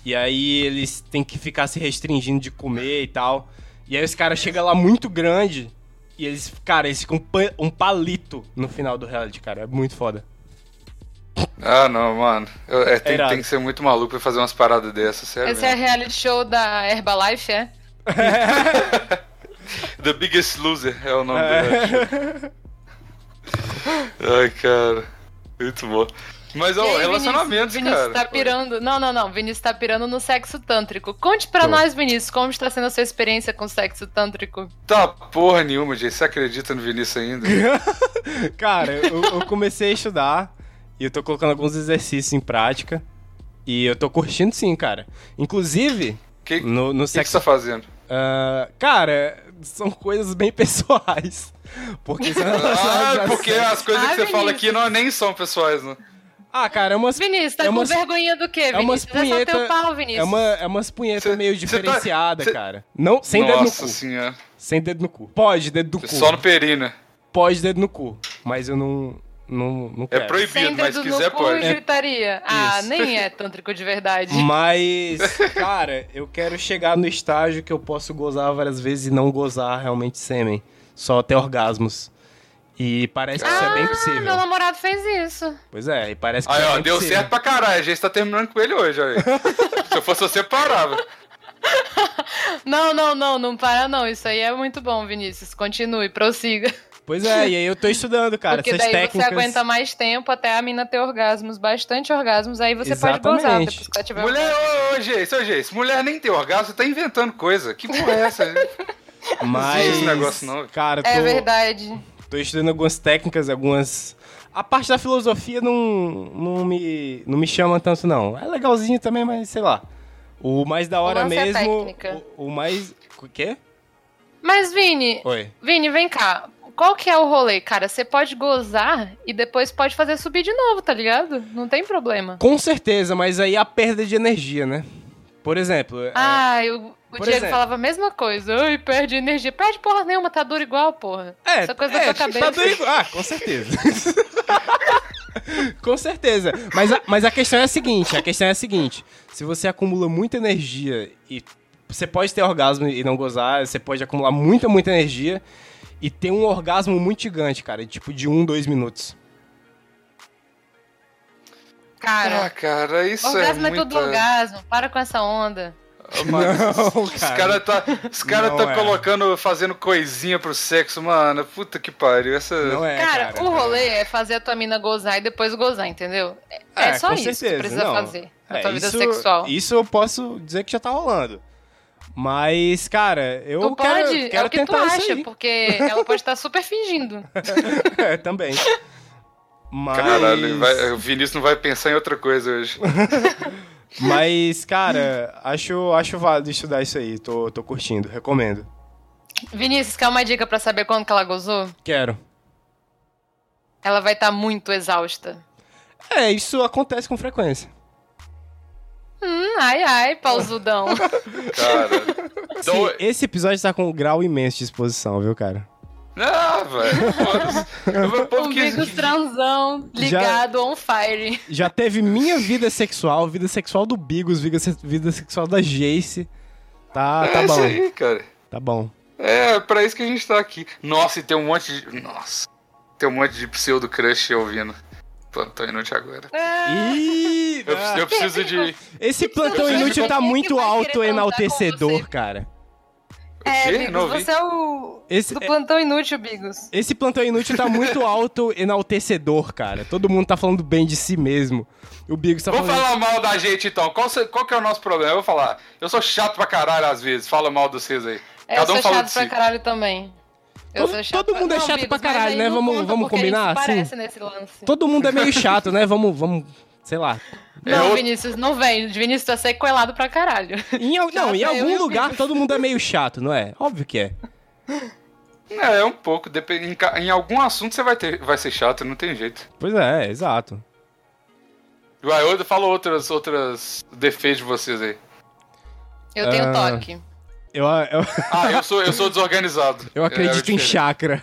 Speaker 4: E aí eles têm que ficar se restringindo de comer e tal. E aí os caras chegam lá muito grande. E eles, cara, eles ficam pa- um palito no final do reality, cara. É muito foda.
Speaker 5: Ah, não, mano. Eu- é, tem,
Speaker 4: Irado.
Speaker 5: tem que ser muito maluco pra fazer umas paradas dessas, sério.
Speaker 2: Esse é
Speaker 5: mesmo.
Speaker 2: reality show da Herbalife, é?
Speaker 5: The Biggest Loser é o nome dele. Ai, cara. Muito bom. Mas, ó,
Speaker 2: E aí,
Speaker 5: relacionamentos,
Speaker 2: Vinícius,
Speaker 5: cara.
Speaker 2: Vinícius tá pirando. Não, não, não. Vinícius tá pirando no sexo tântrico. Conte pra
Speaker 4: Tô.
Speaker 2: nós, Vinícius, como está sendo a sua experiência com sexo tântrico.
Speaker 5: Tá porra nenhuma, gente. Você acredita no Vinícius ainda?
Speaker 4: Cara, eu, eu comecei a estudar e eu tô colocando alguns exercícios em prática. E eu tô curtindo sim, cara. Inclusive,
Speaker 5: Que, que,
Speaker 4: no, no
Speaker 5: que você tá
Speaker 4: sexo.
Speaker 5: fazendo?
Speaker 4: Ah, cara, são coisas bem pessoais. Porque são relacionadas
Speaker 5: Ah,
Speaker 4: a
Speaker 5: porque
Speaker 4: sexo.
Speaker 5: as coisas
Speaker 2: Ah,
Speaker 5: que você fala
Speaker 2: Vinícius.
Speaker 5: aqui não, nem são pessoais, né?
Speaker 4: Ah, cara, é umas.
Speaker 2: Vinícius, tá
Speaker 4: é
Speaker 2: com
Speaker 4: umas-
Speaker 2: vergonha do quê,
Speaker 4: É umas
Speaker 2: Vinícius? é só
Speaker 4: punheta,
Speaker 2: teu pau, Vinícius.
Speaker 4: é, uma, é umas punheta
Speaker 5: Cê-
Speaker 4: meio
Speaker 5: cê tá-
Speaker 4: diferenciada,
Speaker 5: cê-
Speaker 4: cara. Não, sem dedo no
Speaker 5: Nossa
Speaker 4: cu.
Speaker 5: senhora.
Speaker 4: Sem dedo no cu. Pode dedo no cu.
Speaker 5: Só no perina.
Speaker 4: Pode dedo no cu, mas eu não não, não
Speaker 5: É
Speaker 4: quero.
Speaker 5: proibido,
Speaker 2: Sem
Speaker 5: mas
Speaker 2: dedo
Speaker 5: quiser
Speaker 2: no cu,
Speaker 4: É
Speaker 5: pode.
Speaker 2: e gritaria. Ah,
Speaker 4: Isso.
Speaker 2: nem é tântrico de verdade.
Speaker 4: Mas, cara, eu quero chegar no estágio que eu posso gozar várias vezes e não gozar realmente sêmen, só ter orgasmos. E parece que isso é bem
Speaker 2: Ah, meu
Speaker 4: possível.
Speaker 2: namorado fez isso.
Speaker 4: Pois é, e parece que
Speaker 5: Aí,
Speaker 4: isso é
Speaker 5: ó,
Speaker 4: bem
Speaker 5: deu
Speaker 4: possível.
Speaker 5: certo pra caralho. A gente tá terminando com ele hoje, olha aí. Se eu fosse você, parava.
Speaker 2: Não, não, não, não para não. Isso aí é muito bom, Vinícius. Continue, prossiga.
Speaker 4: Pois é, e aí eu tô estudando, cara,
Speaker 2: Porque
Speaker 4: essas
Speaker 2: daí
Speaker 4: técnicas.
Speaker 2: você aguenta mais tempo até a mina ter orgasmos, bastante orgasmos, aí você pode
Speaker 4: Exatamente.
Speaker 2: gozar depois que ela tiver
Speaker 5: Mulher, ô, ô, Geis, ô, Geis, mulher nem tem orgasmo, você tá inventando coisa. Que porra é essa? hein?
Speaker 4: Mas
Speaker 5: existe esse negócio não.
Speaker 4: Cara, eu tô,
Speaker 2: É verdade.
Speaker 4: Tô estudando algumas técnicas, algumas. A parte da filosofia não, não, me, não me chama tanto, não. É legalzinho também, mas sei lá. O mais da hora
Speaker 2: lance é a
Speaker 4: mesmo.
Speaker 2: técnica.
Speaker 4: o, o mais. O quê?
Speaker 2: Mas, Vini,
Speaker 4: Oi.
Speaker 2: Vini, vem cá. Qual que é o rolê, cara? Você pode gozar e depois pode fazer subir de novo, tá ligado? Não tem problema.
Speaker 4: Com certeza, mas aí é a perda de energia, né? Por exemplo. é-
Speaker 2: Ah, eu, o
Speaker 4: Por
Speaker 2: Diego
Speaker 4: exemplo.
Speaker 2: falava a mesma coisa. Ai, perde energia. Perde porra nenhuma, tá duro igual, porra.
Speaker 4: É,
Speaker 2: Essa coisa
Speaker 4: é,
Speaker 2: da tua cabeça.
Speaker 4: Tá doendo. Ah, com certeza. com certeza. Mas a, mas a questão é a seguinte, a questão é a seguinte. Se você acumula muita energia e você pode ter orgasmo e não gozar, você pode acumular muita, muita energia e ter um orgasmo muito gigante, cara, tipo de um, dois minutos.
Speaker 2: Cara,
Speaker 5: Ah, cara, isso
Speaker 2: orgasmo é,
Speaker 5: é muito...
Speaker 2: todo orgasmo. Para com essa onda.
Speaker 4: Não,
Speaker 5: Os
Speaker 4: cara.
Speaker 5: caras tá, os cara
Speaker 4: Não
Speaker 5: tá
Speaker 4: é.
Speaker 5: colocando, fazendo coisinha pro sexo, mano. Puta que pariu. Essa...
Speaker 4: Não é,
Speaker 2: cara,
Speaker 4: cara.
Speaker 2: o rolê é fazer a tua mina gozar e depois gozar, entendeu? É, é
Speaker 4: É,
Speaker 2: só
Speaker 4: com
Speaker 2: isso que
Speaker 4: certeza,
Speaker 2: tu precisa
Speaker 4: não.
Speaker 2: fazer na
Speaker 4: É,
Speaker 2: tua vida
Speaker 4: isso-
Speaker 2: sexual.
Speaker 4: Isso eu posso dizer que já tá rolando. Mas, cara, eu
Speaker 2: Tu
Speaker 4: quero,
Speaker 2: pode,
Speaker 4: quero
Speaker 2: é o que tu
Speaker 4: tentar isso
Speaker 2: acha,
Speaker 4: aí.
Speaker 2: porque ela pode estar super fingindo.
Speaker 4: É, também. Mas, é
Speaker 5: Caralho, vai, o Vinícius não vai pensar em outra coisa hoje.
Speaker 4: mas cara, acho, acho válido estudar isso aí. Tô, tô curtindo, recomendo.
Speaker 2: Vinícius, quer uma dica pra saber quando que ela gozou?
Speaker 4: Quero.
Speaker 2: Ela vai estar muito exausta.
Speaker 4: É, isso acontece com frequência.
Speaker 2: Hum, ai, ai, pausudão.
Speaker 5: Cara. Então,
Speaker 4: Sim, Assim, esse episódio tá com um grau imenso de exposição, viu, cara?
Speaker 5: Ah, velho. foda-se. Eu vou- O
Speaker 2: o
Speaker 5: povo que-
Speaker 2: Vigo transão,
Speaker 4: Já-
Speaker 2: ligado, on fire.
Speaker 4: Já teve minha vida sexual, vida sexual do Bigos, vida, se- vida sexual da Jace. Tá, tá
Speaker 5: é isso
Speaker 4: bom,
Speaker 5: aí, cara.
Speaker 4: tá bom.
Speaker 5: É, pra isso que a gente tá aqui. Nossa, e tem um monte de. Nossa. Tem um monte de pseudo crush ouvindo. Plantão inútil agora.
Speaker 4: Ih,
Speaker 5: Eu, eu preciso de. O
Speaker 4: esse plantão
Speaker 5: Quem
Speaker 4: inútil
Speaker 5: que
Speaker 4: tá
Speaker 2: vai
Speaker 4: muito
Speaker 2: querer
Speaker 4: alto
Speaker 2: transar com
Speaker 4: enaltecedor,
Speaker 2: você?
Speaker 4: cara.
Speaker 2: É,
Speaker 5: quê? Não
Speaker 2: Bigos,
Speaker 5: ouvi.
Speaker 2: você é o
Speaker 4: Esse,
Speaker 2: do plantão inútil, Bigos.
Speaker 4: Esse plantão inútil tá muito alto enaltecedor, cara. Todo mundo tá falando bem de si mesmo. O Bigos tá
Speaker 5: Vou
Speaker 4: falando.
Speaker 5: falar mal da gente então. Qual, se- qual que é o nosso problema? Eu vou falar. Eu sou chato pra caralho às vezes. Fala mal dos seus aí.
Speaker 2: É,
Speaker 5: Cada
Speaker 2: eu
Speaker 5: um
Speaker 2: sou
Speaker 5: fala
Speaker 2: chato
Speaker 5: de
Speaker 2: pra
Speaker 5: si.
Speaker 2: caralho também. Eu
Speaker 4: Todo-
Speaker 2: sou chato
Speaker 4: todo mundo é chato pra
Speaker 2: Bigos, mas
Speaker 4: caralho,
Speaker 2: aí
Speaker 4: né?
Speaker 2: não
Speaker 4: Vamos-
Speaker 2: conta
Speaker 4: vamos
Speaker 2: porque a gente
Speaker 4: combinar,
Speaker 2: se
Speaker 4: assim?
Speaker 2: parece nesse lance.
Speaker 4: Todo mundo é meio chato, né? Vamos, vamos sei lá.
Speaker 5: É
Speaker 2: não,
Speaker 5: outro-
Speaker 2: Vinícius, não vem. Vinícius tá sequelado pra caralho.
Speaker 4: Em, al- não, em
Speaker 2: Nossa, eu
Speaker 4: algum
Speaker 2: e o
Speaker 4: lugar
Speaker 2: Vitor.
Speaker 4: todo mundo é meio chato, não é? Óbvio que é.
Speaker 5: É, é um pouco. depende- Em, ca- em algum assunto você vai, ter, vai ser chato, não tem jeito.
Speaker 4: Pois é, exato.
Speaker 5: E o Ayoda fala outras, outras defeitos de vocês aí.
Speaker 2: Eu tenho
Speaker 4: Ah.
Speaker 2: toque.
Speaker 4: Eu, eu,
Speaker 5: Ah, eu sou, eu sou desorganizado.
Speaker 4: eu acredito
Speaker 5: É,
Speaker 4: em
Speaker 5: diferente.
Speaker 4: chakra.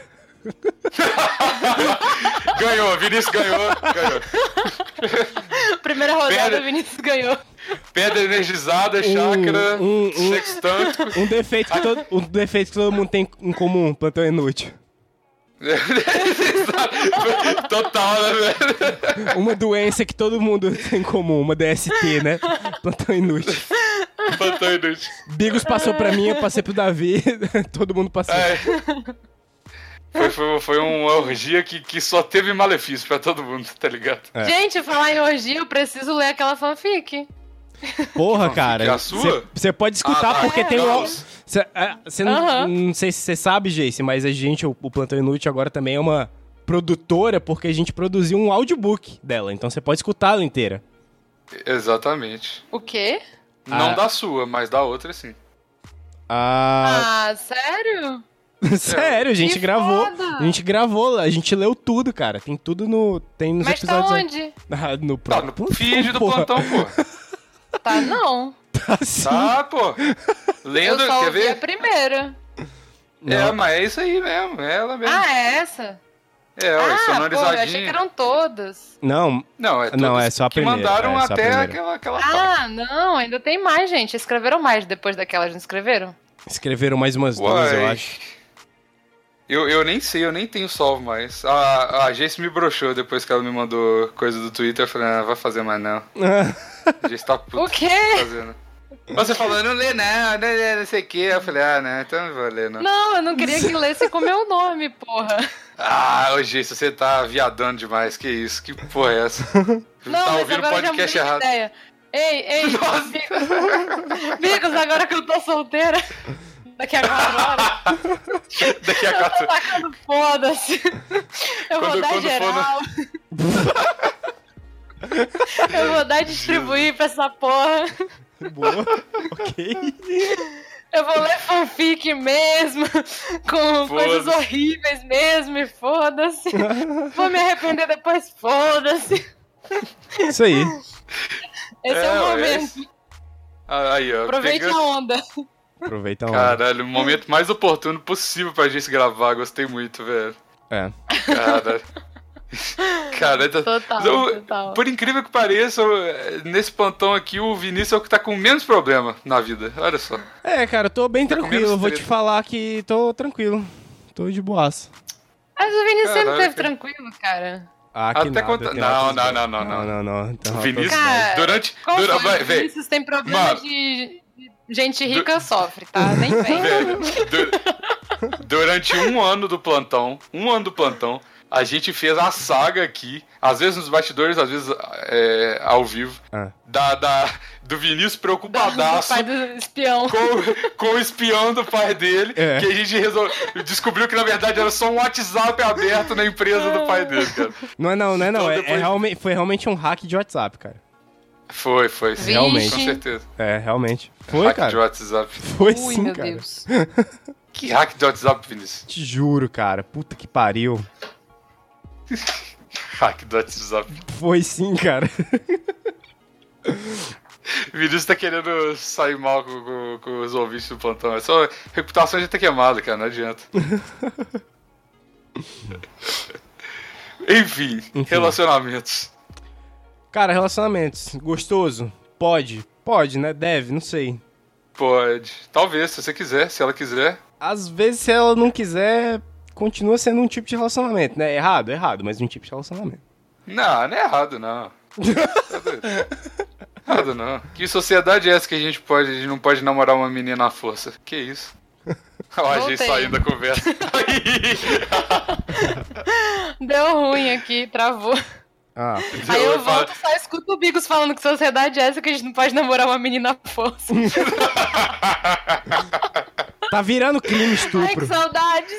Speaker 5: Ganhou, Vinícius ganhou, ganhou.
Speaker 2: Primeira rodada,
Speaker 5: Pera.
Speaker 2: o Vinícius ganhou.
Speaker 5: Pedra energizada, chakra,
Speaker 4: um- um-
Speaker 5: sextanto.
Speaker 4: Um defeito, que todo, um defeito que todo mundo tem em comum, plantão inútil.
Speaker 5: Total, né, velho?
Speaker 4: Uma doença que todo mundo tem em comum, uma DST, né? Plantão inútil.
Speaker 5: Plantão inútil.
Speaker 4: Bigos passou pra mim, eu passei pro Davi, todo mundo passou.
Speaker 5: É. Foi, foi, foi uma orgia que, que só teve malefício pra todo mundo, tá ligado?
Speaker 4: É.
Speaker 2: Gente, falar em orgia, eu preciso ler aquela fanfic.
Speaker 4: Porra,
Speaker 5: que é
Speaker 4: cara.
Speaker 5: a sua?
Speaker 4: Você pode escutar
Speaker 5: Ah, tá.
Speaker 4: porque
Speaker 5: É.
Speaker 4: tem o.
Speaker 5: Não.
Speaker 4: Você não,
Speaker 2: Aham.
Speaker 4: não sei se você sabe, Jace, mas a gente, o, o Plantão Inútil, agora também é uma produtora porque a gente produziu um audiobook dela. Então você pode escutar ela inteira.
Speaker 5: Exatamente.
Speaker 2: O quê?
Speaker 5: Não
Speaker 4: Ah.
Speaker 5: da sua, mas da outra sim.
Speaker 4: Ah.
Speaker 2: Ah, sério?
Speaker 5: Ah.
Speaker 4: Sério, a gente
Speaker 2: Que
Speaker 4: gravou.
Speaker 2: foda!
Speaker 4: A gente gravou, a gente leu tudo, cara. Tem tudo no. Tem nos
Speaker 2: Mas tá
Speaker 4: episódios. aí.
Speaker 2: onde?
Speaker 4: Ah, no
Speaker 5: Tá
Speaker 4: próprio.
Speaker 5: no feed do
Speaker 4: porra.
Speaker 5: plantão, pô.
Speaker 2: Tá não.
Speaker 4: Tá sim.
Speaker 5: Tá, pô.
Speaker 2: Eu
Speaker 5: Lendo,
Speaker 2: só
Speaker 5: quer
Speaker 2: ouvi a
Speaker 5: ver?
Speaker 2: primeira.
Speaker 5: É,
Speaker 4: Não.
Speaker 5: mas é isso aí mesmo, é ela mesmo.
Speaker 2: Ah, é essa?
Speaker 5: é,
Speaker 2: ah,
Speaker 5: ué,
Speaker 2: pô, eu achei que
Speaker 5: sonorizadinha.
Speaker 2: eram todas.
Speaker 4: Não,
Speaker 5: Não, é,
Speaker 4: Não,
Speaker 5: todas
Speaker 4: é só a
Speaker 5: que
Speaker 4: primeira,
Speaker 5: mandaram
Speaker 4: é só a
Speaker 5: até
Speaker 4: primeira.
Speaker 5: aquela, aquela parte.
Speaker 2: Ah, não, ainda tem mais, gente. Escreveram mais depois daquelas, não escreveram?
Speaker 4: escreveram mais umas duas, eu
Speaker 5: Uai.
Speaker 4: acho.
Speaker 5: Eu, eu nem sei, eu nem tenho salvo mais. A, a Jace me broxou depois que ela me mandou coisa do Twitter. Eu falei, ah, vai fazer mais não. A Jace tá puta
Speaker 2: O quê?
Speaker 5: fazendo. Você falou, não lê não, não, lê, não sei o quê. Eu falei, ah, não, então não vou ler não.
Speaker 2: Não, eu não queria que lesse com meu nome, porra.
Speaker 5: Ah, ô Jace, você tá viadando demais. Que isso, que porra é essa?
Speaker 2: Não,
Speaker 5: tá
Speaker 2: mas
Speaker 5: ouvindo
Speaker 2: agora eu já mudei
Speaker 5: podcast
Speaker 2: de
Speaker 5: errado.
Speaker 2: ideia. Ei, ei, Bigos, Bigos, agora que eu tô solteira, daqui a quatro horas,
Speaker 5: Daqui a
Speaker 2: eu tô
Speaker 5: quatro.
Speaker 2: tacando Tá foda-se. Eu
Speaker 5: Quando-
Speaker 2: vou dar
Speaker 5: quando for
Speaker 2: geral. Eu vou dar e distribuir pra essa porra.
Speaker 4: Boa. ok.
Speaker 2: Eu vou ler fanfic mesmo, com coisas
Speaker 5: Foda-se.
Speaker 2: horríveis mesmo, e foda-se. Vou me arrepender depois, foda-se.
Speaker 4: Isso aí.
Speaker 2: Esse é, o
Speaker 5: ué,
Speaker 2: momento.
Speaker 5: esse- Ah, Aí, ó.
Speaker 2: Aproveite
Speaker 5: pegando-
Speaker 2: a onda.
Speaker 4: Aproveita lá.
Speaker 5: Caralho, o momento mais oportuno possível pra gente gravar. Gostei muito, velho.
Speaker 4: É.
Speaker 5: Cara. Cara, tá-
Speaker 2: Total,
Speaker 5: Eu-
Speaker 2: total.
Speaker 5: por incrível que pareça, eu- nesse plantão aqui, o Vinícius é o que tá com menos problema na vida. Olha só.
Speaker 4: É, cara, eu tô bem
Speaker 5: Tá com
Speaker 4: tranquilo.
Speaker 5: menos
Speaker 4: Vou te
Speaker 5: treta.
Speaker 4: falar que tô tranquilo. Tô de boaça.
Speaker 2: Mas o Vini sempre
Speaker 5: Caraca.
Speaker 2: teve tranquilo, cara.
Speaker 4: Ah,
Speaker 5: Até quanto-
Speaker 4: eu tenho
Speaker 5: não,
Speaker 4: altas
Speaker 5: não,
Speaker 4: ideias.
Speaker 5: não, não, não.
Speaker 4: Não, não, não. Então,
Speaker 5: O Vinícius,
Speaker 4: altas ideias.
Speaker 2: Cara,
Speaker 5: durante.
Speaker 2: Qual
Speaker 5: dura-
Speaker 2: foi?
Speaker 5: vai,
Speaker 2: O
Speaker 5: vem.
Speaker 2: Vinícius tem problema
Speaker 5: Mano.
Speaker 2: de... de Gente rica sofre, tá? Nem vem.
Speaker 5: Velho, du- durante um ano do plantão, um ano do plantão, a gente fez a saga aqui, às vezes nos bastidores, às vezes é, ao vivo,
Speaker 4: Ah.
Speaker 5: da, da- do Vinícius preocupadaço
Speaker 2: pai do espião.
Speaker 5: com, com o espião do pai dele,
Speaker 4: É.
Speaker 5: que a gente resol- descobriu que na verdade era só um WhatsApp aberto na empresa do pai dele, cara.
Speaker 4: Não é não, não é não.
Speaker 5: Então,
Speaker 4: É- é
Speaker 5: depois-
Speaker 4: realme- foi realmente um hack de WhatsApp, cara.
Speaker 5: Foi, foi, sim.
Speaker 4: Realmente.
Speaker 5: Com certeza.
Speaker 4: É, realmente. Foi,
Speaker 5: hack de
Speaker 4: cara.
Speaker 5: WhatsApp.
Speaker 4: Foi
Speaker 2: Ui,
Speaker 4: sim,
Speaker 2: meu
Speaker 4: cara.
Speaker 2: Deus.
Speaker 5: Que hack de WhatsApp, Vinícius?
Speaker 4: Te juro, cara. Puta que pariu.
Speaker 5: Hack do WhatsApp.
Speaker 4: Foi sim, cara.
Speaker 5: Vinícius tá querendo sair mal com, com- com os ouvintes do plantão. É só reputação de ter queimado, cara. Não adianta. Enfim, relacionamentos.
Speaker 4: Cara, relacionamentos. Gostoso? Pode. Pode, né? Deve, não sei.
Speaker 5: Pode. Talvez, se você quiser, se ela quiser.
Speaker 4: Às vezes, se ela não quiser, continua sendo um tipo de relacionamento, né? Errado, errado, mas um tipo de relacionamento.
Speaker 5: Não, não é errado, não. Tá doido? errado, não. Que sociedade é essa que a gente pode, a gente não pode namorar uma menina à força? Que isso? Olha a gente
Speaker 2: Voltei.
Speaker 5: saindo da conversa.
Speaker 2: Deu ruim aqui, travou.
Speaker 4: Ah,
Speaker 2: Aí eu
Speaker 5: Eu falo-
Speaker 2: volto, só escuto o Bigos falando que sociedade é essa que a gente não pode namorar uma menina à força.
Speaker 4: Um tá virando crime
Speaker 2: Ai, que
Speaker 4: estupro.
Speaker 2: saudades.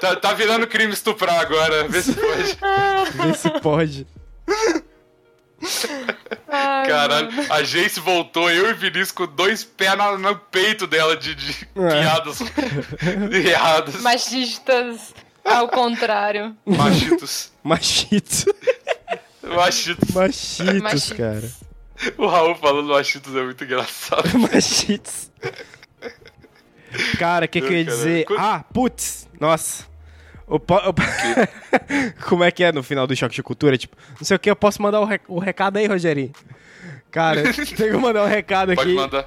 Speaker 5: Tá, tá virando crime estuprar agora. Vê se pode.
Speaker 4: Vê se pode.
Speaker 2: Ai,
Speaker 5: Caralho,
Speaker 2: mano.
Speaker 5: a Jace voltou, eu e Vinícius com dois pés na- no peito dela de, de piadas. Erradas.
Speaker 2: Machistas ao contrário.
Speaker 5: Machitos.
Speaker 4: Machitos.
Speaker 5: Machitos.
Speaker 4: Machitos,
Speaker 2: Machitos.
Speaker 4: cara.
Speaker 5: O Raul falando machitos é muito engraçado.
Speaker 4: Machitos. Cara, o que, que eu ia
Speaker 5: Caralho.
Speaker 4: dizer?
Speaker 5: Quando-
Speaker 4: Ah, putz, nossa. O po- o- Como é que é no final do Choque de Cultura? Tipo, não sei o que, eu posso mandar o, re- o recado aí, Rogerinho? Cara, tem que mandar um recado
Speaker 5: Pode
Speaker 4: aqui.
Speaker 5: mandar.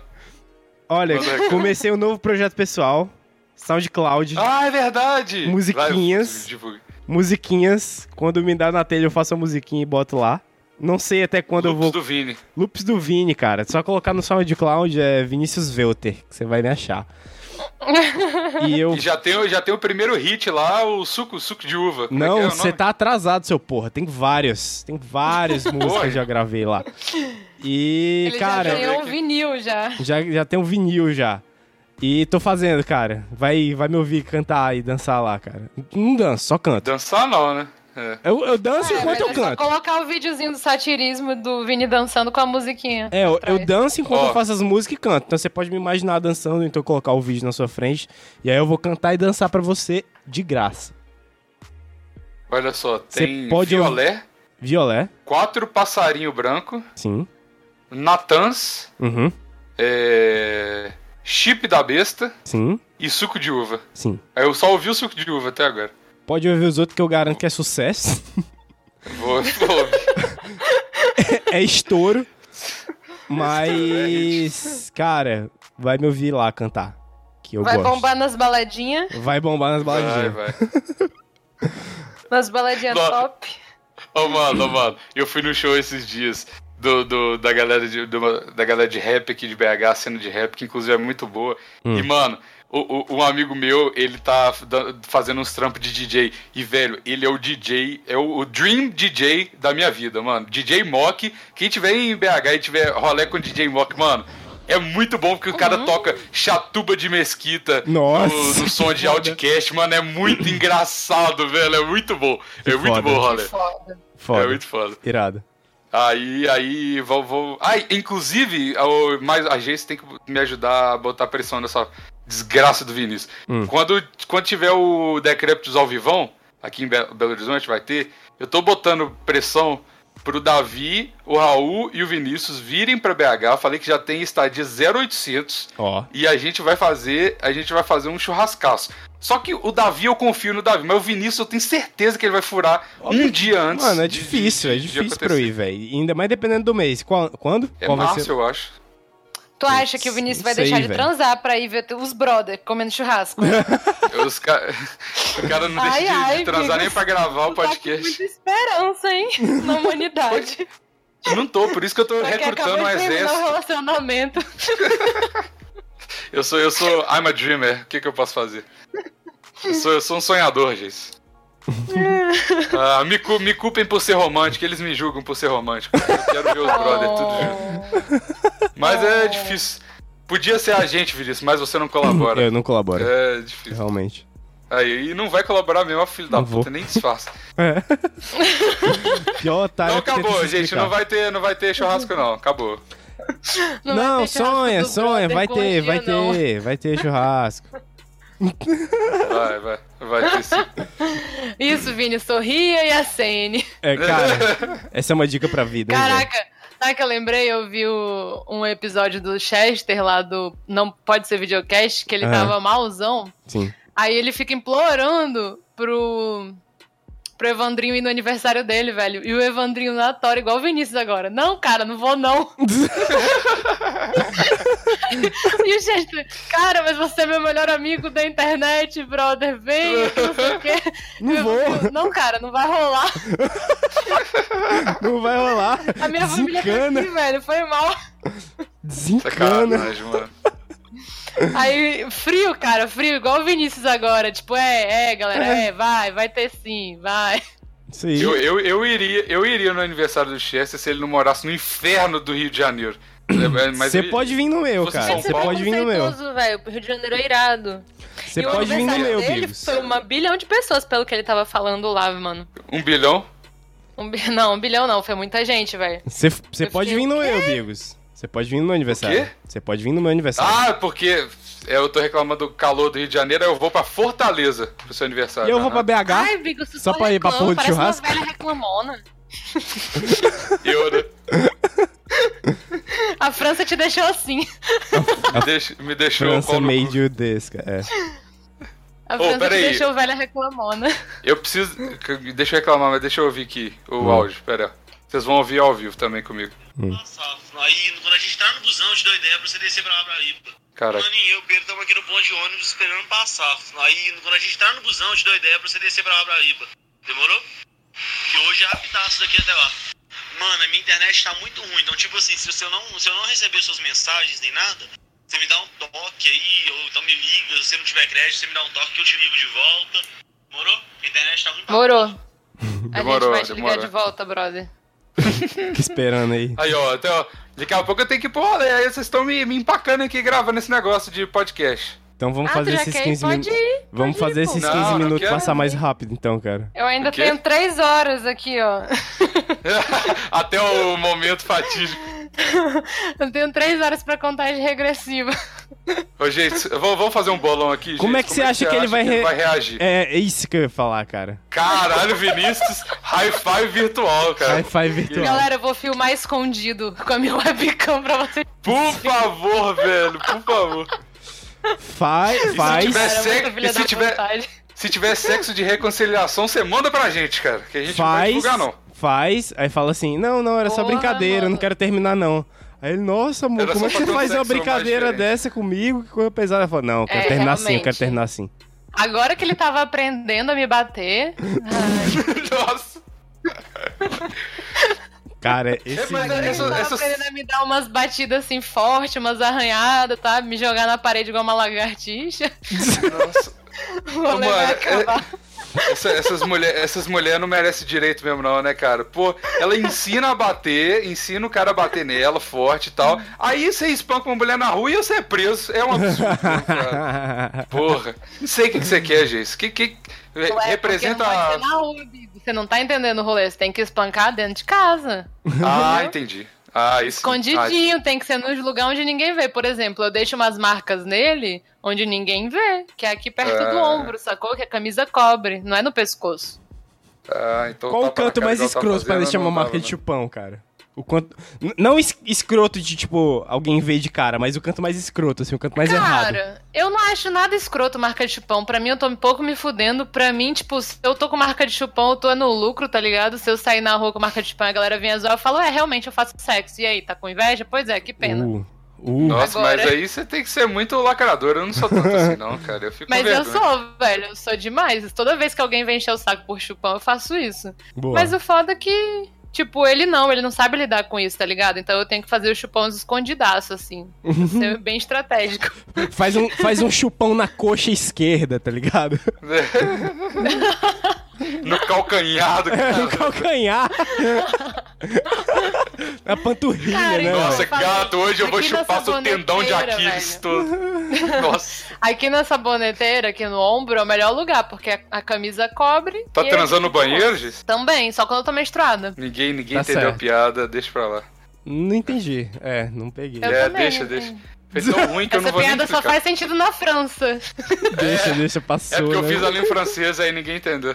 Speaker 4: Olha,
Speaker 5: manda o recado.
Speaker 4: comecei um novo projeto pessoal, SoundCloud,
Speaker 5: Ah, é verdade!
Speaker 4: Musiquinhas.
Speaker 5: Vai, divulga.
Speaker 4: musiquinhas. Quando me dá na telha, eu faço a musiquinha e boto lá. Não sei até quando eu
Speaker 5: Loops
Speaker 4: vou
Speaker 5: do Vini.
Speaker 4: Loops do Vini, cara. É Só colocar no SoundCloud é Vinícius Velter, que você vai me achar. e eu.
Speaker 5: E já tem, o- já tem o primeiro hit lá, o suco, suco de uva. Como é que
Speaker 4: Não,
Speaker 5: é o
Speaker 4: você
Speaker 5: nome?
Speaker 4: tá atrasado, seu porra. Tem vários. Tem várias músicas que eu já gravei lá. E,
Speaker 2: Ele
Speaker 4: cara,
Speaker 2: já ganhou um vinil já.
Speaker 4: já, já tem um vinil já. E tô fazendo, cara. Vai, vai me ouvir cantar e dançar lá, cara. Não danço, só canto.
Speaker 5: Dançar não, né? É.
Speaker 4: Eu, eu danço
Speaker 2: É, mas
Speaker 4: enquanto eu
Speaker 2: é só
Speaker 4: canto.
Speaker 2: colocar o videozinho do satirismo do Vini dançando com a musiquinha.
Speaker 4: É, eu, eu danço enquanto
Speaker 5: Ó.
Speaker 4: eu faço as músicas e canto. Então você pode me imaginar dançando, então eu colocar o vídeo na sua frente. E aí eu vou cantar e dançar pra você de graça.
Speaker 5: Olha só,
Speaker 4: Cê
Speaker 5: tem
Speaker 4: pode
Speaker 5: Violé,
Speaker 4: Violé,
Speaker 5: Quatro Passarinho Branco,
Speaker 4: sim.
Speaker 5: Natans,
Speaker 4: Uhum.
Speaker 5: é... Chip da Besta
Speaker 4: Sim,
Speaker 5: e Suco de Uva.
Speaker 4: sim.
Speaker 5: Aí eu só ouvi o Suco de Uva até agora.
Speaker 4: Pode ouvir os outros que eu garanto que é sucesso.
Speaker 5: Vou, vou ouvir.
Speaker 4: é estouro. Mas, cara, vai me ouvir lá cantar. Que eu
Speaker 2: Vai
Speaker 4: gosto.
Speaker 2: bombar nas baladinhas,
Speaker 4: Vai bombar nas
Speaker 5: Vai,
Speaker 4: baladinhas.
Speaker 5: vai.
Speaker 2: nas baladinhas
Speaker 5: Nossa.
Speaker 2: top.
Speaker 5: Ô, mano, ô, mano, eu fui no show esses dias do, do- da, galera de, de uma- da galera de rap aqui de BH, a cena de rap, que inclusive é muito boa.
Speaker 4: Hum.
Speaker 5: E, mano, o, o- um amigo meu, ele tá da- fazendo uns trampos de DJ. E, velho, ele é o DJ, é o, o Dream DJ da minha vida, mano. DJ Mock. Quem tiver em BH e tiver rolê com DJ Mock, mano. É muito bom porque o cara toca chatuba de mesquita
Speaker 4: Nossa,
Speaker 5: no, no som
Speaker 4: que
Speaker 5: de
Speaker 4: foda.
Speaker 5: outcast, mano. É muito engraçado, velho. É muito bom. é muito
Speaker 4: foda.
Speaker 5: bom o rolê.
Speaker 2: Foda.
Speaker 4: Foda.
Speaker 5: É muito foda.
Speaker 4: Irado.
Speaker 5: Aí, aí, vou. vou... Ah, inclusive, o- mas a gente tem que me ajudar a botar pressão nessa desgraça do Vinícius. Quando, quando tiver o Decréptos ao Vivão, aqui em Be- Belo Horizonte vai ter, eu tô botando pressão pro Davi, o Raul e o Vinícius virem pra BH. Falei que já tem estadia 0800
Speaker 4: Ó.
Speaker 5: e a gente vai fazer, a gente vai fazer um churrascaço. Só que o Davi, eu confio no Davi, mas o Vinícius eu tenho certeza que ele vai furar um dia antes.
Speaker 4: Mano, é
Speaker 5: de- de-
Speaker 4: difícil, é
Speaker 5: de
Speaker 4: difícil pra eu
Speaker 5: acontecer.
Speaker 4: ir, velho. Ainda mais dependendo do mês. Qual- quando?
Speaker 5: É
Speaker 4: Qual vai
Speaker 5: março,
Speaker 4: ser?
Speaker 5: eu acho.
Speaker 2: Tu acha que o
Speaker 4: Putz,
Speaker 2: Vinícius
Speaker 4: não
Speaker 2: vai
Speaker 4: sei,
Speaker 2: deixar de
Speaker 4: velho.
Speaker 2: transar pra ir ver os brother comendo churrasco? Tá
Speaker 5: Os ca- O cara não deixa
Speaker 2: Ai,
Speaker 5: de,
Speaker 2: ai,
Speaker 5: de transar
Speaker 2: Vinícius.
Speaker 5: nem pra gravar o
Speaker 2: Tu tá com
Speaker 5: podcast.
Speaker 2: muita esperança, hein? Na humanidade.
Speaker 5: Não tô, por isso que eu tô
Speaker 2: Pra quem
Speaker 5: recrutando um
Speaker 2: acabou de terminar o
Speaker 5: exército.
Speaker 2: relacionamento.
Speaker 5: Eu sou, eu sou. I'm a dreamer. O que, que eu posso fazer? Eu sou, eu sou um sonhador, gente. Ah, me, cu- me culpem por ser romântico, eles me julgam por ser romântico. Eu quero ver os brother é
Speaker 2: Oh.
Speaker 5: tudo junto. Mas é difícil. Podia ser a gente, Vinícius, mas você não colabora.
Speaker 4: Eu não colaboro,
Speaker 5: É difícil.
Speaker 4: realmente.
Speaker 5: Aí, e não vai colaborar mesmo, ó, filho da
Speaker 4: Não vou.
Speaker 5: puta, nem disfarça.
Speaker 4: É. Pior otário
Speaker 5: Então
Speaker 4: que tenta
Speaker 5: acabou,
Speaker 4: se
Speaker 5: gente.
Speaker 4: explicar.
Speaker 5: Não vai, ter, não vai ter churrasco, não. Acabou.
Speaker 2: vai
Speaker 4: Não,
Speaker 2: ter churrasco
Speaker 4: sonha,
Speaker 2: dos
Speaker 4: sonha,
Speaker 2: brother
Speaker 4: vai
Speaker 2: com
Speaker 4: ter,
Speaker 2: dia,
Speaker 4: vai
Speaker 2: não.
Speaker 4: ter, vai ter churrasco.
Speaker 5: Vai, vai. Vai ter sim. É
Speaker 2: Isso, Vini, sorria e acene.
Speaker 4: É, cara, essa é uma dica pra vida, hein, velho?
Speaker 2: Caraca, sabe que eu lembrei? Eu vi o- um episódio do Chester lá do Não Pode Ser Videocast, que ele
Speaker 4: Ah.
Speaker 2: tava malzão.
Speaker 4: Sim.
Speaker 2: Aí ele fica implorando pro, pro Evandrinho ir no aniversário dele, velho. E o Evandrinho na tora, igual o Vinícius agora. Não, cara, não vou não. e o Chester, cara, mas você é meu melhor amigo da internet, brother. Vem, que não sei o quê.
Speaker 4: Não
Speaker 2: E o
Speaker 4: vou.
Speaker 2: Evandrinho, Não, cara, não vai rolar.
Speaker 4: Não vai rolar.
Speaker 2: A minha família tá
Speaker 4: Desencana.
Speaker 2: aqui, velho. Foi mal.
Speaker 4: Desencana.
Speaker 5: Sacanagem, mano.
Speaker 2: Aí, frio, cara, frio, igual o Vinícius agora. Tipo, é, é, galera, é, vai, vai ter sim, vai.
Speaker 4: Isso aí.
Speaker 5: Eu, eu, eu, iria, eu iria no aniversário do Chester se ele não morasse no inferno do Rio de Janeiro. É, mas
Speaker 4: Você
Speaker 5: ele-
Speaker 4: pode vir no meu,
Speaker 5: Você
Speaker 4: cara.
Speaker 5: São
Speaker 4: Então, Você
Speaker 5: Paulo?
Speaker 4: pode vir no meu.
Speaker 2: Preconceituoso, tá velho, o Rio de Janeiro é irado.
Speaker 4: Você
Speaker 2: E o
Speaker 4: pode vir no
Speaker 2: aniversário
Speaker 4: meu,
Speaker 2: dele um
Speaker 4: Bigos.
Speaker 2: Foi uma bilhão de pessoas, pelo que ele tava falando lá, mano.
Speaker 5: Um bilhão?
Speaker 2: Um bi- Não, um bilhão não, foi muita gente, velho.
Speaker 4: Você você pode
Speaker 2: fiquei,
Speaker 4: vir no meu, Bigos. Você pode vir no meu aniversário.
Speaker 5: quê?
Speaker 4: Você pode vir no meu aniversário.
Speaker 5: Ah, porque eu tô reclamando do calor do Rio de Janeiro, eu vou pra Fortaleza pro seu aniversário.
Speaker 4: e eu vou pra
Speaker 5: Aham.
Speaker 4: BH.
Speaker 2: Ai, Bigo, você
Speaker 4: Tá? Só pra ir pra
Speaker 2: reclama,
Speaker 4: porra de
Speaker 2: parece
Speaker 4: churrasco?
Speaker 2: uma velha reclamona.
Speaker 5: Eu, né?
Speaker 2: A França te deixou assim.
Speaker 5: Me deixo- me deixou
Speaker 4: França é
Speaker 5: pau no cu.
Speaker 4: made you this, cara. É.
Speaker 2: A
Speaker 5: Ô,
Speaker 2: França te
Speaker 5: peraí.
Speaker 2: deixou velha reclamona.
Speaker 5: Eu preciso. Deixa eu reclamar, mas deixa eu ouvir aqui o
Speaker 4: Hum.
Speaker 5: áudio, pera. Vocês vão ouvir ao vivo também comigo.
Speaker 6: passar. Aí, quando a gente tá no busão, eu te dou ideia pra você descer pra lá pra ir.
Speaker 5: Cara,
Speaker 6: Mano, e eu, Pedro, estamos aqui no ponto de ônibus esperando passar. Aí, quando a gente tá no busão, eu te dou ideia pra você descer pra lá pra ir. Demorou? Que hoje é rapidinho daqui até lá. Mano, a minha internet tá muito ruim. Então, tipo assim, se eu não, se eu não receber suas mensagens nem nada, você me dá um toque aí, ou então me liga. Se você não tiver crédito, você me dá um toque que eu te ligo de volta. Demorou? A internet tá muito
Speaker 2: Morou. A gente
Speaker 5: Demorou,
Speaker 2: vai te ligar
Speaker 5: demorou.
Speaker 2: de volta, brother.
Speaker 4: Fica esperando aí.
Speaker 5: aí ó, até ó. Daqui a pouco eu tenho que ir
Speaker 1: um
Speaker 5: pro rolê, aí vocês estão me, me empacando aqui gravando esse negócio de podcast.
Speaker 4: Então vamos
Speaker 2: Ah,
Speaker 4: fazer
Speaker 2: tu já
Speaker 4: esses
Speaker 2: quer ir?
Speaker 4: 15
Speaker 2: Pode
Speaker 4: minutos.
Speaker 2: ir,
Speaker 4: Vamos
Speaker 2: pode
Speaker 4: fazer
Speaker 2: ir,
Speaker 4: esses
Speaker 5: pô.
Speaker 4: 15
Speaker 5: Não, não
Speaker 4: minutos
Speaker 5: quero.
Speaker 4: passar mais rápido, então, cara.
Speaker 2: Eu ainda
Speaker 5: O quê?
Speaker 2: tenho três horas aqui, ó.
Speaker 5: até o momento fatídico.
Speaker 2: Eu tenho três horas pra contagem regressiva.
Speaker 5: Ô, gente, v- vamos fazer um bolão aqui,
Speaker 4: Como
Speaker 5: gente.
Speaker 4: é que você acha que ele vai, re-
Speaker 5: reagir?
Speaker 4: É, é isso que eu ia falar, cara.
Speaker 5: Caralho, Vinícius, hi-fi virtual, cara.
Speaker 4: High five virtual.
Speaker 2: Galera, eu vou filmar escondido com a minha webcam pra vocês.
Speaker 5: Por favor, velho, por favor.
Speaker 4: Faz,
Speaker 5: tiver
Speaker 4: faz,
Speaker 2: Cara,
Speaker 5: sexo-
Speaker 2: muito filha
Speaker 5: e se
Speaker 2: da
Speaker 5: tiver-
Speaker 2: vontade.
Speaker 5: Se tiver sexo de reconciliação, você manda pra gente, cara. Que a gente não vai
Speaker 4: faz,
Speaker 5: divulgar, não.
Speaker 4: faz. Aí fala assim, não, não, era só
Speaker 2: Porra,
Speaker 4: brincadeira, eu não
Speaker 2: mano.
Speaker 4: quero terminar, não. Aí ele, nossa, amor,
Speaker 5: Era
Speaker 4: como
Speaker 5: só
Speaker 4: é que
Speaker 5: pra
Speaker 4: tu
Speaker 5: ter um
Speaker 4: faz uma
Speaker 5: sexo mais
Speaker 4: brincadeira
Speaker 5: diferente.
Speaker 4: dessa comigo? Que coisa pesada. Ela fala, não, eu quero
Speaker 2: É,
Speaker 4: terminar assim, eu quero
Speaker 2: realmente.
Speaker 4: terminar assim.
Speaker 2: Agora que ele tava aprendendo a me bater. Ai,
Speaker 5: Nossa.
Speaker 4: Cara, esse...
Speaker 5: mas é-
Speaker 2: ele
Speaker 5: Essas-
Speaker 2: tava
Speaker 5: essas-
Speaker 2: aprendendo a me dar umas batidas assim fortes, umas arranhadas, tá? Me jogar na parede igual uma lagartixa.
Speaker 5: Nossa.
Speaker 2: O rolê vai
Speaker 5: Mano, é-
Speaker 2: acabar.
Speaker 5: Essa- essas mulheres essas mulher não merecem direito mesmo, não, né, cara? Pô, ela ensina a bater, ensina o cara a bater nela, forte e tal. Aí você espanca uma mulher na rua e você é preso. É um absurdo, cara. Porra. Não sei o que que você quer, gente. Que, que... re-
Speaker 2: Ué,
Speaker 5: representa.
Speaker 2: porque não pode ser na rua, Bibi. Você não tá entendendo o rolê, você tem que espancar dentro de casa.
Speaker 5: Ah, entendi. Ah, isso.
Speaker 2: Escondidinho, tem que ser nos lugar onde ninguém vê. Por exemplo, eu deixo umas marcas nele onde ninguém vê, que é aqui perto do
Speaker 5: É.
Speaker 2: ombro, sacou? Que a camisa cobre, não é no pescoço.
Speaker 5: Ah, então
Speaker 4: Qual o
Speaker 5: tapa na
Speaker 4: canto
Speaker 5: cara
Speaker 4: mais
Speaker 5: igual tá
Speaker 4: escroto pra
Speaker 5: fazendo,
Speaker 4: deixar uma
Speaker 5: não
Speaker 4: marca
Speaker 5: tava,
Speaker 4: de
Speaker 5: né?
Speaker 4: chupão, cara? O quanto... N- Não es- escroto de, tipo, alguém ver de cara, mas o canto mais escroto, assim, o canto mais
Speaker 2: Cara,
Speaker 4: errado.
Speaker 2: eu não acho nada escroto marca de chupão. Pra mim, eu tô um pouco me fudendo. Pra mim, tipo, se eu tô com marca de chupão, eu tô no lucro, tá ligado? Se eu sair na rua com marca de chupão e a galera vem zoar, eu falo, é, realmente, eu faço sexo. E aí, tá com inveja? Pois é, que pena.
Speaker 4: Uh, uh.
Speaker 5: Nossa,
Speaker 2: Agora-
Speaker 5: mas aí você tem que ser muito lacrador. Eu não sou tanto assim, não, cara. Eu fico
Speaker 2: Mas
Speaker 5: com
Speaker 2: eu
Speaker 5: vergonha.
Speaker 2: sou, velho, eu sou demais. Toda vez que alguém vem encher o saco por chupão, eu faço isso.
Speaker 4: Boa.
Speaker 2: Mas o foda é que, tipo, ele não, ele não sabe lidar com isso, tá ligado? Então eu tenho que fazer os chupões escondidaço, assim. Ser bem estratégico.
Speaker 4: Faz, um, faz um chupão na coxa esquerda, tá ligado?
Speaker 5: ah, no calcanhar do
Speaker 4: É,
Speaker 5: cara.
Speaker 4: no calcanhar. na panturrilha,
Speaker 2: Cara,
Speaker 4: né?
Speaker 2: então-
Speaker 4: velho?
Speaker 5: Nossa,
Speaker 2: Eu falei,
Speaker 5: gato, hoje eu vou
Speaker 2: aqui na
Speaker 5: chupar seu tendão de
Speaker 2: saboneteira,
Speaker 5: Aquiles
Speaker 2: velho.
Speaker 5: todo. Nossa,
Speaker 2: Aqui na saboneteira, aqui no ombro, é o melhor lugar, porque a, a camisa cobre.
Speaker 5: tá
Speaker 2: e- tipo,
Speaker 5: transando no banheiro, Giz?
Speaker 2: Também, só quando eu tô menstruada.
Speaker 5: Ninguém, ninguém
Speaker 4: Tá
Speaker 5: entendeu
Speaker 4: certo.
Speaker 5: a piada, deixa pra lá.
Speaker 4: Não entendi. É, não peguei.
Speaker 2: Eu
Speaker 5: é,
Speaker 2: também,
Speaker 5: deixa,
Speaker 2: né?
Speaker 5: deixa. Foi tão ruim que eu
Speaker 2: Essa
Speaker 5: não vou nem
Speaker 2: piada só
Speaker 5: explicar.
Speaker 2: faz sentido na França.
Speaker 4: Deixa, deixa, passou.
Speaker 5: É porque eu
Speaker 4: né?
Speaker 5: fiz a língua francesa aí ninguém entendeu.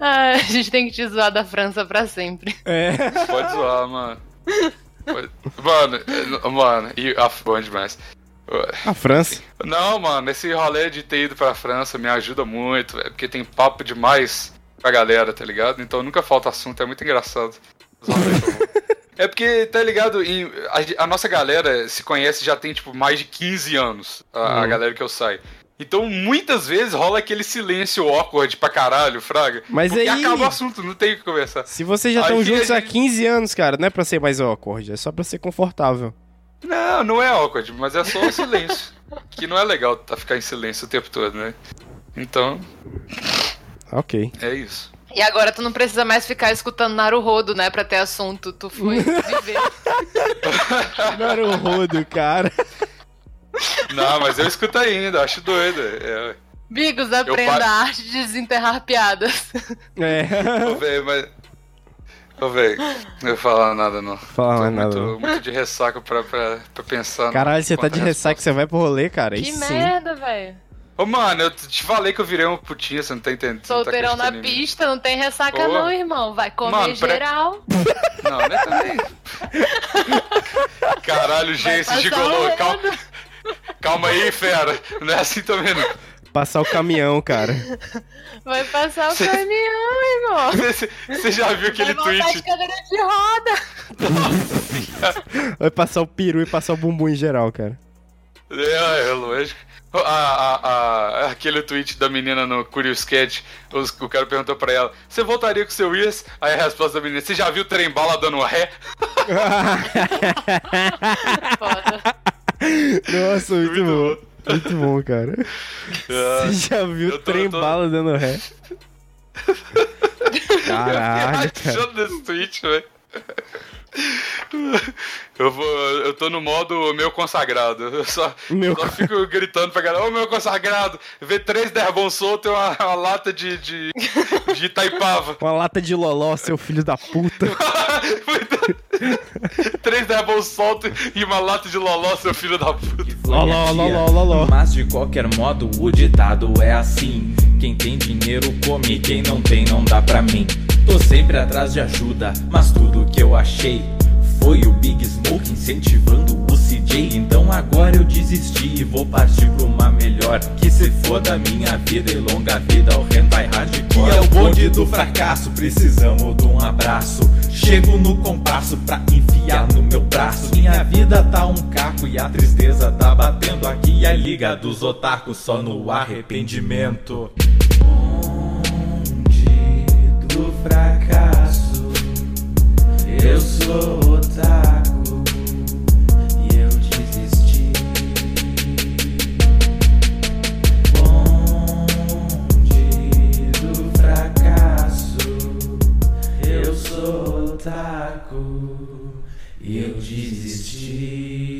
Speaker 2: Ah, a gente tem que te zoar da França pra sempre.
Speaker 4: É.
Speaker 5: Pode zoar, mano. Pode- Mano, eh, mano, e ah, bom demais.
Speaker 4: A França.
Speaker 5: Não, mano, esse rolê de ter ido pra França me ajuda muito, é porque tem papo demais pra galera, tá ligado? Então nunca falta assunto, é muito engraçado. Os rolês são bons. É porque, tá ligado, em- a, a nossa galera se conhece já tem, tipo, mais de 15 anos, a, a
Speaker 4: Hum.
Speaker 5: galera que eu saio. Então, muitas vezes rola aquele silêncio awkward pra caralho, fraga.
Speaker 4: Mas
Speaker 5: porque
Speaker 4: aí-
Speaker 5: acaba o assunto, não tem o que conversar.
Speaker 4: Se vocês já
Speaker 5: Aí
Speaker 4: estão
Speaker 5: fica
Speaker 4: juntos há
Speaker 5: de-
Speaker 4: 15 anos, cara, não é pra ser mais awkward, é só pra ser confortável.
Speaker 5: Não, não é awkward, mas é só o silêncio. que não é legal tá, ficar em silêncio o tempo todo, né? Então,
Speaker 4: Ok.
Speaker 5: é isso.
Speaker 2: E agora tu não precisa mais ficar escutando Naruhodo, né, pra ter assunto. Tu foi viver.
Speaker 4: Naruhodo, um cara.
Speaker 5: Não, mas eu escuto ainda, acho doido. É,
Speaker 2: Bigos, aprenda
Speaker 5: pa-
Speaker 2: a arte de desenterrar piadas.
Speaker 5: Ô,
Speaker 4: É.
Speaker 5: velho, mas. Ô, velho, não vou falar nada, não.
Speaker 4: Fala mais nada,
Speaker 5: Muito, muito de ressaca pra, pra, pra pensar.
Speaker 4: Caralho,
Speaker 5: no-
Speaker 4: você tá
Speaker 5: quanto
Speaker 4: de
Speaker 5: a resposta.
Speaker 4: ressaca, você vai pro rolê, cara. Aí
Speaker 2: que
Speaker 4: sim.
Speaker 2: merda, velho.
Speaker 5: Ô, mano, eu te falei que eu virei um putinha, você não tá entendendo. você não tá
Speaker 2: Solteirão na
Speaker 5: acreditando em mim.
Speaker 2: pista, não tem ressaca
Speaker 5: Boa.
Speaker 2: não, irmão. Vai comer
Speaker 5: Mano, pre-
Speaker 2: geral.
Speaker 5: Não, né, também. Caralho, gente, esse
Speaker 2: passar
Speaker 5: gigolô.
Speaker 2: um
Speaker 5: Calma,
Speaker 2: ano.
Speaker 5: calma aí, fera. Não é assim também, não.
Speaker 4: Passar o caminhão, cara.
Speaker 2: Vai passar o
Speaker 5: Cê-
Speaker 2: caminhão, irmão.
Speaker 5: Você você já viu aquele
Speaker 2: vai voltar de
Speaker 5: tweet?
Speaker 2: cadeira de roda.
Speaker 4: Vai passar o peru e passar o bumbum em geral, cara.
Speaker 5: É, é lógico. A- a- a- aquele tweet da menina no Curious Cat, os- o cara perguntou pra ela: Você voltaria com seu Ias? Aí a resposta da menina: Você já viu o trem bala dando ré?
Speaker 2: Foda.
Speaker 4: Nossa, muito,
Speaker 5: Muito
Speaker 4: bom. Muito bom, cara.
Speaker 5: Ah,
Speaker 4: Você já viu
Speaker 5: eu tô-
Speaker 4: trem
Speaker 5: eu tô-
Speaker 4: bala dando ré? Caralho, cara.
Speaker 5: achando desse tweet, velho. Eu, vou, eu tô no modo meu consagrado. Eu só,
Speaker 4: Meu
Speaker 5: só fico gritando pra galera: Ô meu consagrado, vê três dervão solto e uma, uma lata de, de, de Itaipava.
Speaker 4: Uma lata de loló, seu filho da puta.
Speaker 5: Três dervão solto e uma lata de loló, seu filho da puta.
Speaker 4: Loló, loló, loló.
Speaker 7: Mas de qualquer modo, o ditado é assim: quem tem dinheiro come, quem não tem não dá pra mim. Tô sempre atrás de ajuda, mas tudo que eu achei foi o Big Smoke incentivando o CJ. Então agora eu desisti e vou partir pra uma melhor. Que se foda a minha vida e longa vida ao Hentai Hardcore. Que é o bonde do fracasso, precisamos de um abraço. Chego no compasso pra enfiar no meu braço. Minha vida tá um caco e a tristeza tá batendo aqui. A liga dos otakus só no arrependimento. Bonde do fracasso, eu sou otaku e eu desisti. Bonde do fracasso, eu sou otaku e eu desisti.